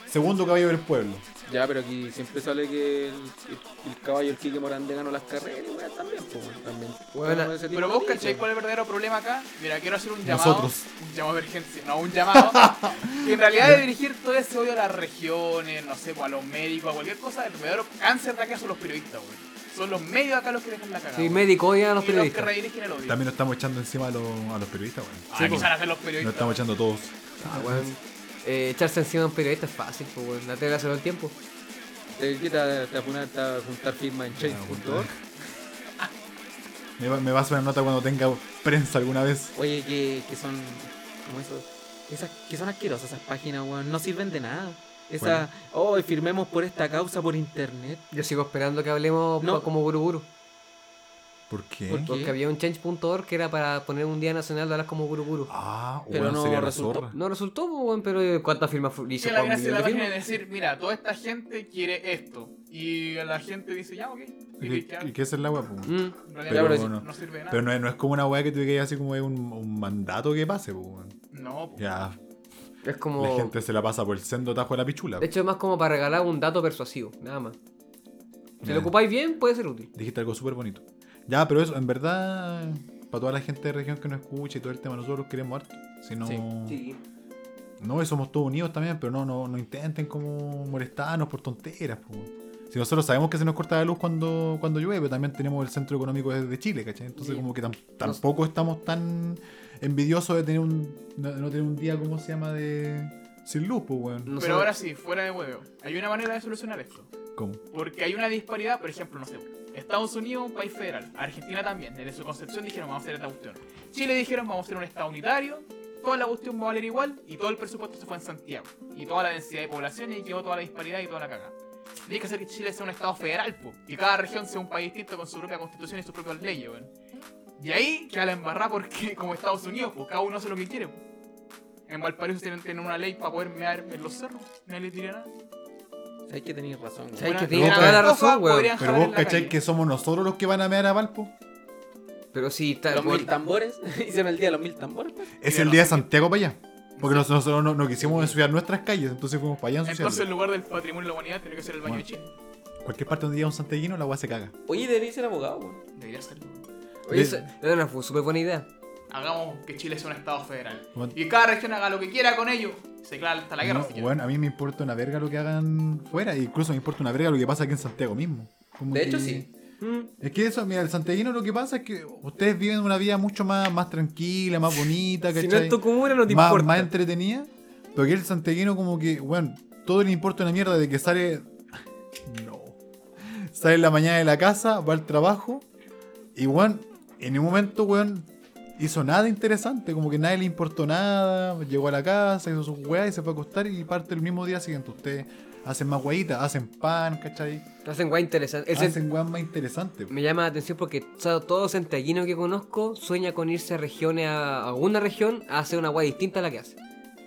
Segundo caballo del pueblo. Ya, pero aquí siempre sale que el, el- el caballo, el Quique Morande ganó las carreras, y weón, también, pues, weón, también. Weón, Vamos a ese tipo Pero de vos, noticias. ¿cachai cuál es el verdadero problema acá? Mira, quiero hacer un llamado. Nosotros. Un llamado de emergencia. No, un llamado. que en realidad debe dirigir todo ese odio a las regiones, no sé, pues, a los médicos, a cualquier cosa. El verdadero cáncer de acá son los periodistas, güey. Son los medios acá los que dejan la cagada. Sí, güey. médico, odia a los Y los que periodistas. redirigen el odio. También nos estamos echando encima a los, a los periodistas, weón. Ah, que se van a hacer los Nos pues. periodistas. estamos echando todos. Ah, weón. Eh, echarse encima a un periodista es fácil, pues, weón. La tele hace todo el tiempo. Te quita Eh, te apunas a juntar firmas en Ah, change.org. Me, va- me va a hacer una nota cuando tenga prensa alguna vez. Oye, que, que son. como eso? Esas, que son asquerosas esas páginas, weón. No sirven de nada. Esas. Oh, firmemos por esta causa por internet. Yo sigo esperando que hablemos No. pa- como Guruguru. ¿Por qué? ¿Por qué? Porque había un change.org que era para poner un día nacional de hablar como Guruguru. Ah, Pero weón, no sería la resultó. zorra. No resultó, pues, weón, pero eh, ¿cuántas firmas fu- Y hizo? la Juan gracia de Millón la de página firmas? es decir, mira, toda esta gente quiere esto. Y la gente dice, ya, ok. Y ¿Y ya, qué- y qué es el agua, pues? po? Mm. en realidad Pero no, no. no sirve de nada. Pero no es, no es como una weá que tú digas así como es un, un mandato que pase, po, weón. No, po. Ya, Mm. Es como. la gente se la pasa por el sendo tajo de la pichula. De hecho, es más como para regalar un dato persuasivo, nada más. Si Bien. lo ocupáis bien, puede ser útil. Dijiste algo súper bonito. Ya, pero eso, en verdad, para toda la gente de región que nos escucha y todo el tema, nosotros los queremos harto. Si no, no, y somos todos unidos también, pero no, no, no intenten como molestarnos por tonteras. po. Si nosotros sabemos que se nos corta la luz cuando, cuando llueve, pero también tenemos el centro económico de de Chile, ¿cachai? Entonces Sí. como que tam- tampoco estamos tan envidiosos de tener un, no, no tener un día, ¿cómo se llama? de sin luz, pues, weón. Pero No sabe- ahora sí, fuera de huevo. Hay una manera de solucionar esto. ¿Cómo? Porque hay una disparidad, por ejemplo, no sé. Estados Unidos, un país federal. Argentina también. Desde su concepción dijeron, vamos a hacer esta cuestión. Chile dijeron, vamos a hacer un Estado unitario. Toda la cuestión va a valer igual. Y todo el presupuesto se fue en Santiago. Y toda la densidad de población. Y quedó toda la disparidad y toda la cagada. Tiene que hacer que Chile sea un Estado federal, po. Y cada región sea un país distinto con su propia constitución y sus propias leyes, weón. Y ahí queda la embarrada porque, como Estados Unidos, pues cada uno hace lo que quiere, po. En Valparaíso tienen, tienen una ley para poder mear en los cerros. Nadie les dirá nada. Sabes que tenías razón, weón. Sabes que Buena- tenía buena toda la cosa, razón, weón. podrían Pero jalar vos, en la ¿cachai? calle. Que somos nosotros los que van a mear a Valpo. Pero sí, está. Los weón, mil tambores. Hicieron el día de los mil tambores, pues. Es Mira, el no. día de Santiago para allá. Porque nos- nosotros no, no quisimos ensuciar nuestras calles, entonces fuimos para allá a Entonces, en ensuciarlo. lugar del patrimonio de la humanidad, tiene que ser el baño de Bueno. Chile. Cualquier parte donde llega un santiaguino, la weá se caga. Oye, debería ser abogado, weón. Debería serlo. oye, esa- era una fu- súper buena idea. Hagamos que Chile sea un Estado federal. Bueno. Y cada región haga lo que quiera con ello. Se declara hasta la guerra. No, si quiere. bueno, a mí me importa una verga lo que hagan fuera, e incluso me importa una verga lo que pasa aquí en Santiago mismo. Como De que- hecho, sí. Es que eso, mira, el santiaguino lo que pasa es que ustedes viven una vida mucho más, más tranquila, más bonita, Si ¿cachai? no es tu comuna, no te más, importa. más entretenida. Pero que el santiaguino como que, bueno, todo le importa una mierda de que sale... No. Sale en la mañana de la casa, va al trabajo y, bueno, en un momento, weón, hizo nada interesante. Como que nadie le importó nada. Llegó a la casa, hizo sus weas y se fue a acostar y parte el mismo día siguiente. Ustedes hacen más guayitas, hacen pan, ¿cachai? Hacen guay interesante. El cent- Hacen weas más interesantes. Me llama la atención porque o sea, todo santiaguino que conozco sueña con irse a regiones, a alguna región, a hacer una guay distinta a la que hace.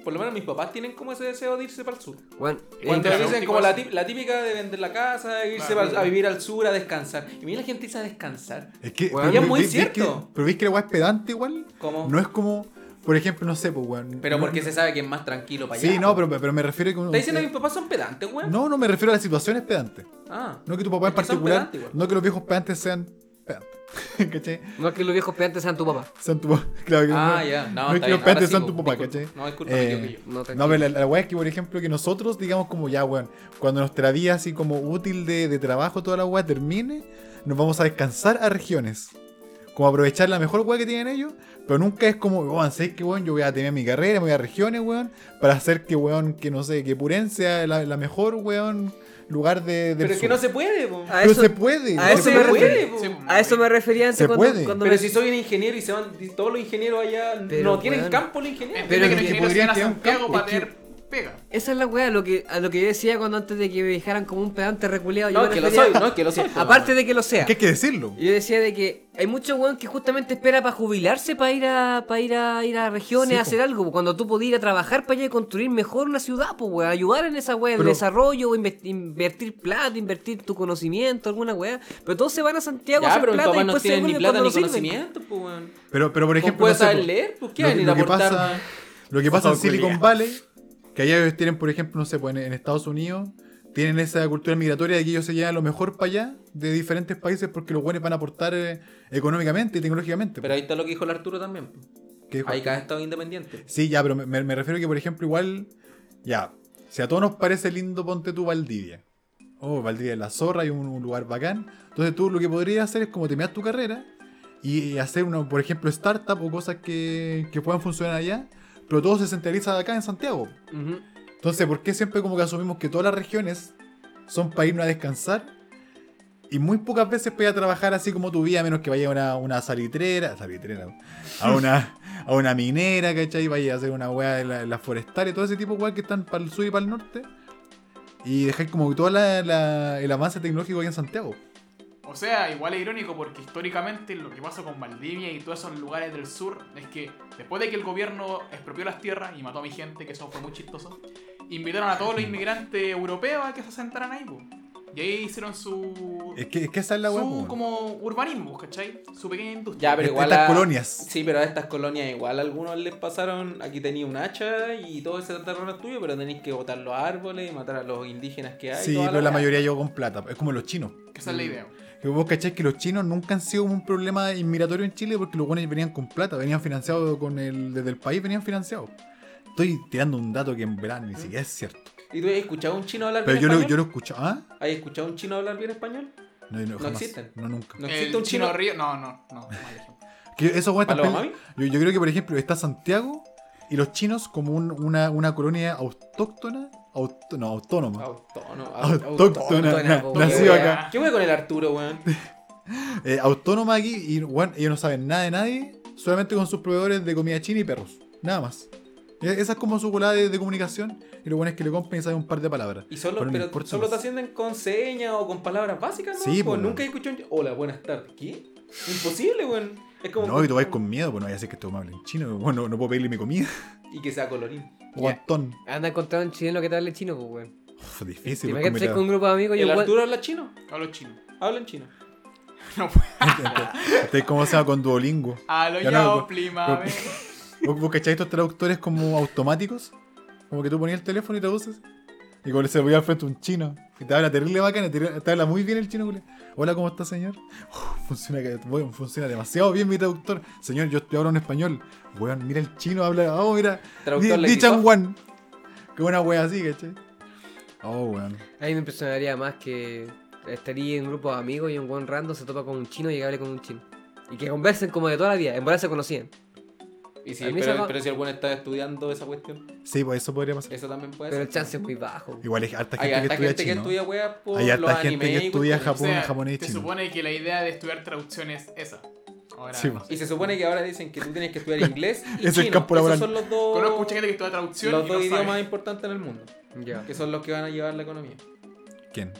Por lo menos mis papás tienen como ese deseo de irse para el sur. Bueno, es Cuando claro. dicen como la, tip- la típica de vender la casa, irse Claro. pa'l- a vivir al sur, a descansar. Y mira la gente dice a descansar. Es que. Weón, pero es muy vi- vi- vi cierto. que- pero veis que la weá es pedante igual. ¿Cómo? No es como. Por ejemplo, no sé, pues, weón. Pero no- porque se sabe que es más tranquilo para allá. Sí, no, pero, pero me refiero a que uno- ¿Estás diciendo que eh, mis papás son pedantes, weón? No, no me refiero a las situaciones pedantes. Ah. No que tu papá en Es que son particular. pedantes igual. No que los viejos pedantes sean pedantes. ¿Cachai? No es que los viejos pedantes sean tu papá. Sean tu papá. Claro que Ah, no, ya. No, no está es que los bien. Ahora pedantes sí, sean po, tu papá, disculpa. ¿cachai? No, discúlpame, Eh, yo pillo. No, No, tranquilo. pero la, la weá es que, por ejemplo, que nosotros digamos como ya, weón, cuando nuestra vida así como útil de, de trabajo, toda la weá termine, nos vamos a descansar a regiones. Como aprovechar la mejor weá que tienen ellos, pero nunca es como, weón, ¿sabes que weón? Yo voy a tener mi carrera, me voy a regiones, weón, para hacer que, weón, que no sé, que Purén sea la, la mejor, weón, lugar de... del Pero es que sur". no se puede, po. A Pero eso, se puede. a no eso se me puede. refiero. po. Sí, po. a eso me refería antes Se cuando, puede. cuando Pero me- si soy un ingeniero y se van todos los ingenieros allá, Pero, no tienen weón. campo los ingenieros. Entiende Pero que que los ingenieros podrían se van a Santiago tener un campo, para es que- tener pega. Esa es la weá, lo que, a lo que yo decía cuando antes de que me dejaran como un pedante reculeado. yo No, me que lo refería- soy, no, que lo soy. po, Aparte weón. de que lo sea. Que hay que decirlo. Yo decía de que hay muchos weón que justamente espera para jubilarse, para ir a, para ir a, ir a regiones Sí, a po. hacer algo. Cuando tú podías ir a trabajar para allá y construir mejor una ciudad, pues weón, ayudar en esa weá, el Pero- desarrollo, inve- invertir plata, invertir tu conocimiento, alguna weá. Pero todos se van a Santiago a Ya, hacer pero mis plata y papás no después se tienen ni vuelven plata ni cuando no sirven. conocimiento, po, weón. Pero, pero por Por ejemplo, puedes no sé, saber po, leer, pues qué lo, van a que- ir a lo que aportar. pasa, lo que pasa en Silicon Valley, Que allá ellos tienen, por ejemplo, no sé, pues en, en Estados Unidos tienen esa cultura migratoria de que ellos se llevan lo mejor para allá de diferentes países porque los buenos van a aportar eh, económicamente y tecnológicamente. pues, Pero ahí está lo que dijo el Arturo también. ¿Qué dijo? Ahí cada estado es independiente. Sí, ya, pero me, me- me refiero que, por ejemplo, igual, ya, si a todos nos parece lindo, ponte tú Valdivia. Oh, Valdivia es la zorra y un, un lugar bacán. Entonces tú lo que podrías hacer es como terminar tu carrera y hacer, una, por ejemplo, startup o cosas que, que puedan funcionar allá, pero todo se centraliza acá en Santiago. Ujú. Entonces, ¿por qué siempre como que asumimos que todas las regiones son para irnos a descansar? Y muy pocas veces para ir a trabajar así como tu vida, a menos que vaya a una, una salitrera, salitrera, a una, a una minera, ¿cachai? Vaya a hacer una weá en la, en la forestal y todo ese tipo de weá que están para el sur y para el norte. Y dejar como que todo la, la- el avance tecnológico ahí en Santiago. O sea, igual es irónico porque históricamente lo que pasó con Valdivia y todos esos lugares del sur es que después de que el gobierno expropió las tierras y mató a mi gente, que eso fue muy chistoso, invitaron a todos Mm. los inmigrantes europeos a que se asentaran ahí, po. Y ahí hicieron su. Es que, es que esa es la weá. pues, su po. como urbanismo, ¿cachai? Su pequeña industria. Ya, pero Est- igual. estas a- colonias. Sí, pero a estas colonias igual a algunos les pasaron. Aquí tenía un hacha y todo ese terreno es tuyo, pero tenéis que botar los árboles y matar a los indígenas que hay. Sí, toda pero la weá. mayoría llegó con plata. Es como los chinos. Que esa es la idea. Que vos cacháis que los chinos nunca han sido un problema inmigratorio en Chile porque los buenos venían con plata, venían financiados con el, desde el país, venían financiados. Estoy tirando un dato que en verano ni siquiera es cierto. ¿Y tú has escuchado a un chino hablar Pero bien yo lo, Mm. español? yo Ah, lo escucho. ¿Ah? ¿Has escuchado a un chino hablar bien español? No, no, jamás. existen. No, nunca. No existe El un chino. río. No, no, no. mal ejemplo. Que esos buenos están ¿Paloma pele- yo, yo creo que, por ejemplo, está Santiago y los chinos como un- una, una colonia autóctona. aut- no, autónoma. Autónomo. autóctona. autóctona, na- po, nació weá. acá. ¿Qué voy con el Arturo, weón? Eh, autónoma aquí y bueno, ellos no saben nada de nadie, solamente con sus proveedores de comida china y perros. Nada más. E- Esa es como su volada de, de comunicación y lo bueno es que le compren y saben un par de palabras. Y solo, Pero no pero importa solo más. te ascienden con señas o con palabras básicas, ¿no? Sí, Pues pues, nunca he escuchado un... Hola, buenas tardes. ¿Qué? Imposible, weón. Es como... No, y tú vas con miedo, pues no voy a hacer que esto me hable en chino, pues, bueno, no, no puedo pedirle mi comida. Y que sea colorín. Guantón. Anda encontrando un chileno que te hable chino, pues, weón. Uf, difícil. pues, Imagínate con complicado. un grupo de amigos y ¿El un weón. Arturo habla chino? A los chinos. Habla en chino. Este, ¿Cómo se llama con Duolingo? A los Ya no, yao, pues, primavera. ¿Vos, vos cacháis estos traductores como automáticos? Como que tú ponías el teléfono y traduces. Y como le se veía al frente un chino. Y te habla terrible bacana, te, te habla muy bien el chino. culiao. Hola, ¿cómo está, señor? Uf, funciona, que- weón, funciona demasiado bien mi traductor. Señor, yo estoy hablando en español. Weón, mira el chino, habla. Oh, mira. Traductor le Dichan quitó. Juan. Qué buena wea así, ¿cachai? Oh, weón. A mí me impresionaría más que estaría en un grupo de amigos y un buen random se topa con un chino y que hable con un chino. Y que conversen como de toda la vida. En verdad se conocían. Y sí, A mí pero, esa- pero si alguien está estudiando esa cuestión, Sí, pues eso podría pasar. eso también puede Pero el ser. chance es muy bajo. Igual hay harta Hay gente que harta estudia gente que chino. estudia weas por Hay harta los gente animes que y estudia cuestiones. O sea, Japón, japonés y se chino. supone que la idea de estudiar traducción es esa. Ahora, Sí, no pues. sé. Y se supone que ahora dicen que tú tienes que estudiar inglés y Es el chino. campo laboral. Esos son los dos, Conozco mucha gente que estudia traducción los y dos no idiomas sabe. importantes en el mundo, Ya. que son los que van a llevar la economía. ¿Quién?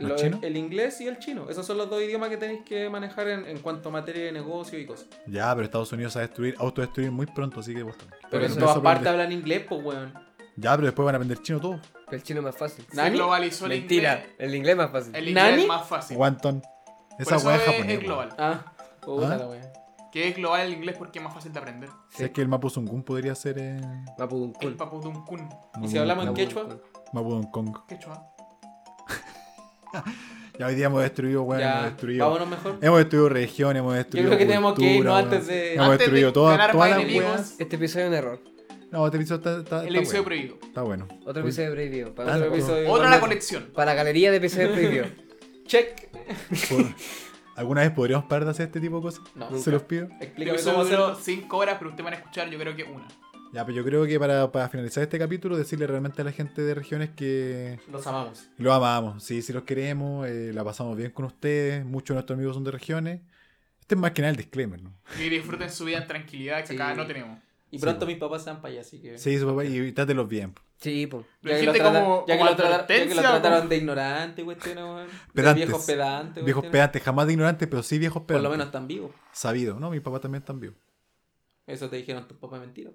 ¿Los Lo- chinos? El inglés y el chino. Esos son los dos idiomas que tenéis que manejar en, en cuanto a materia de negocio y cosas. Ya, pero Estados Unidos se va a destruir, autodestruir muy pronto, así que vos también. Pero en eso todas eso partes aprende. hablan inglés, pues, weón. Ya, pero después van a aprender chino todo. Pero el chino es más fácil. Se ¿Nani? globalizó el Mentira. inglés. El inglés es más fácil. El inglés ¿Nani? es más fácil. Guantón. Por Esa eso weá es es, japonés. es weón. global. Ah, puta ¿Ah? la weón. Que es global el inglés porque es más fácil de aprender. Si es que el Mapuzungún podría ser. Eh... El Mapudungun. papudungun. ¿Y si hablamos en Mapudungun. quechua? Mapudungun. Quechua. Ya hoy día hemos destruido, weón. Hemos ya, destruido. vámonos mejor. Hemos destruido región, hemos destruido. creo que tenemos que irnos cultura, antes de- weón. Hemos Antes de destruido todas ganar todas más las enemigos, weas. Este episodio es un error. No, este episodio está. está, El está episodio bueno. prohibido. está bueno. Otro Uy, Ah, episodio prohibido. Para, tanto. otro Otro episodio- episodio. Otra la colección. para la galería de episodios prohibidos. Check. por- ¿Alguna vez podríamos parar de hacer este tipo de cosas? No. Se los pido. Explícame cómo Episodio duró hacerlo. 5 horas, pero ustedes van a escuchar, yo creo que una. Ya, pero yo creo que para, para finalizar este capítulo, decirle realmente a la gente de regiones que Los amamos. Los amamos, sí, sí los queremos, eh, la pasamos bien con ustedes, muchos de nuestros amigos son de regiones. Este es más que nada el disclaimer, ¿no? Y disfruten su vida en tranquilidad, que Sí. acá no tenemos. Y pronto mis papás están para allá, así que. Sí, su papá, y, y trátelos bien. po. Sí, pues. Lo Ya que, lo dijiste trata- como, ya que como lo trata- ya que lo advertencia, trataron como- de ignorante, cuestiones, weón. De Pedantes. viejos pedantes, Viejos cuestiones. pedantes, jamás de ignorantes, pero sí viejos Por pedantes. lo menos están vivos. Sabido, ¿no? Mi papá también está vivo. Eso te dijeron tus papás mentira.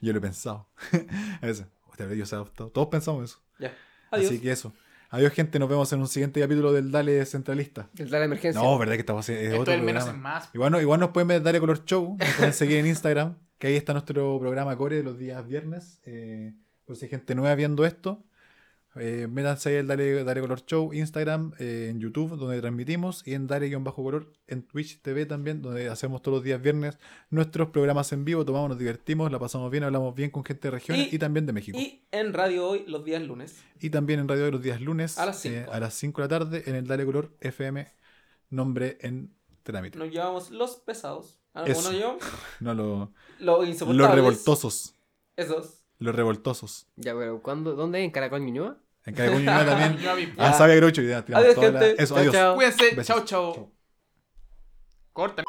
Yo lo he pensado. a veces, hostia, pero yo se ha adoptado. Todos pensamos eso. Ya. Adiós. Así que eso. Adiós, gente, nos vemos en un siguiente capítulo del Dale Centralista. El de la emergencia. No, verdad que estamos haciendo es Esto otro es menos es programa. más. Igual, no- igual nos pueden ver Dale Color Show, nos pueden seguir en Instagram, que ahí está nuestro programa Core de los días viernes. eh, Por si hay gente nueva viendo esto, eh, métanse ahí al Dale, Dale Color Show, Instagram, eh, en YouTube, donde transmitimos, y en Dale-Color, en Twitch TV también, donde hacemos todos los días viernes nuestros programas en vivo, tomamos, nos divertimos, la pasamos bien, hablamos bien con gente de regiones y, Y- también de México. Y, Y en radio hoy, los días lunes. también en Radio de los días lunes, A las eh, cinco. a las 5 de la tarde, en el Dale Color FM, nombre en trámite. Nos llevamos los pesados. Algunos Eso. yo. No, lo- Los los insoportables. revoltosos. Esos. Los revoltosos. Ya, pero ¿cuándo, ¿dónde? ¿En Caracol Ñuñoa? En cada comunidad también. Ya vi. Ah, sabía Grucho. y ya tiramos Adiós, toda la- gente. Eso, Chao, adiós. chao. Cuídense. Besos. Chao, chao. Chao. Corta.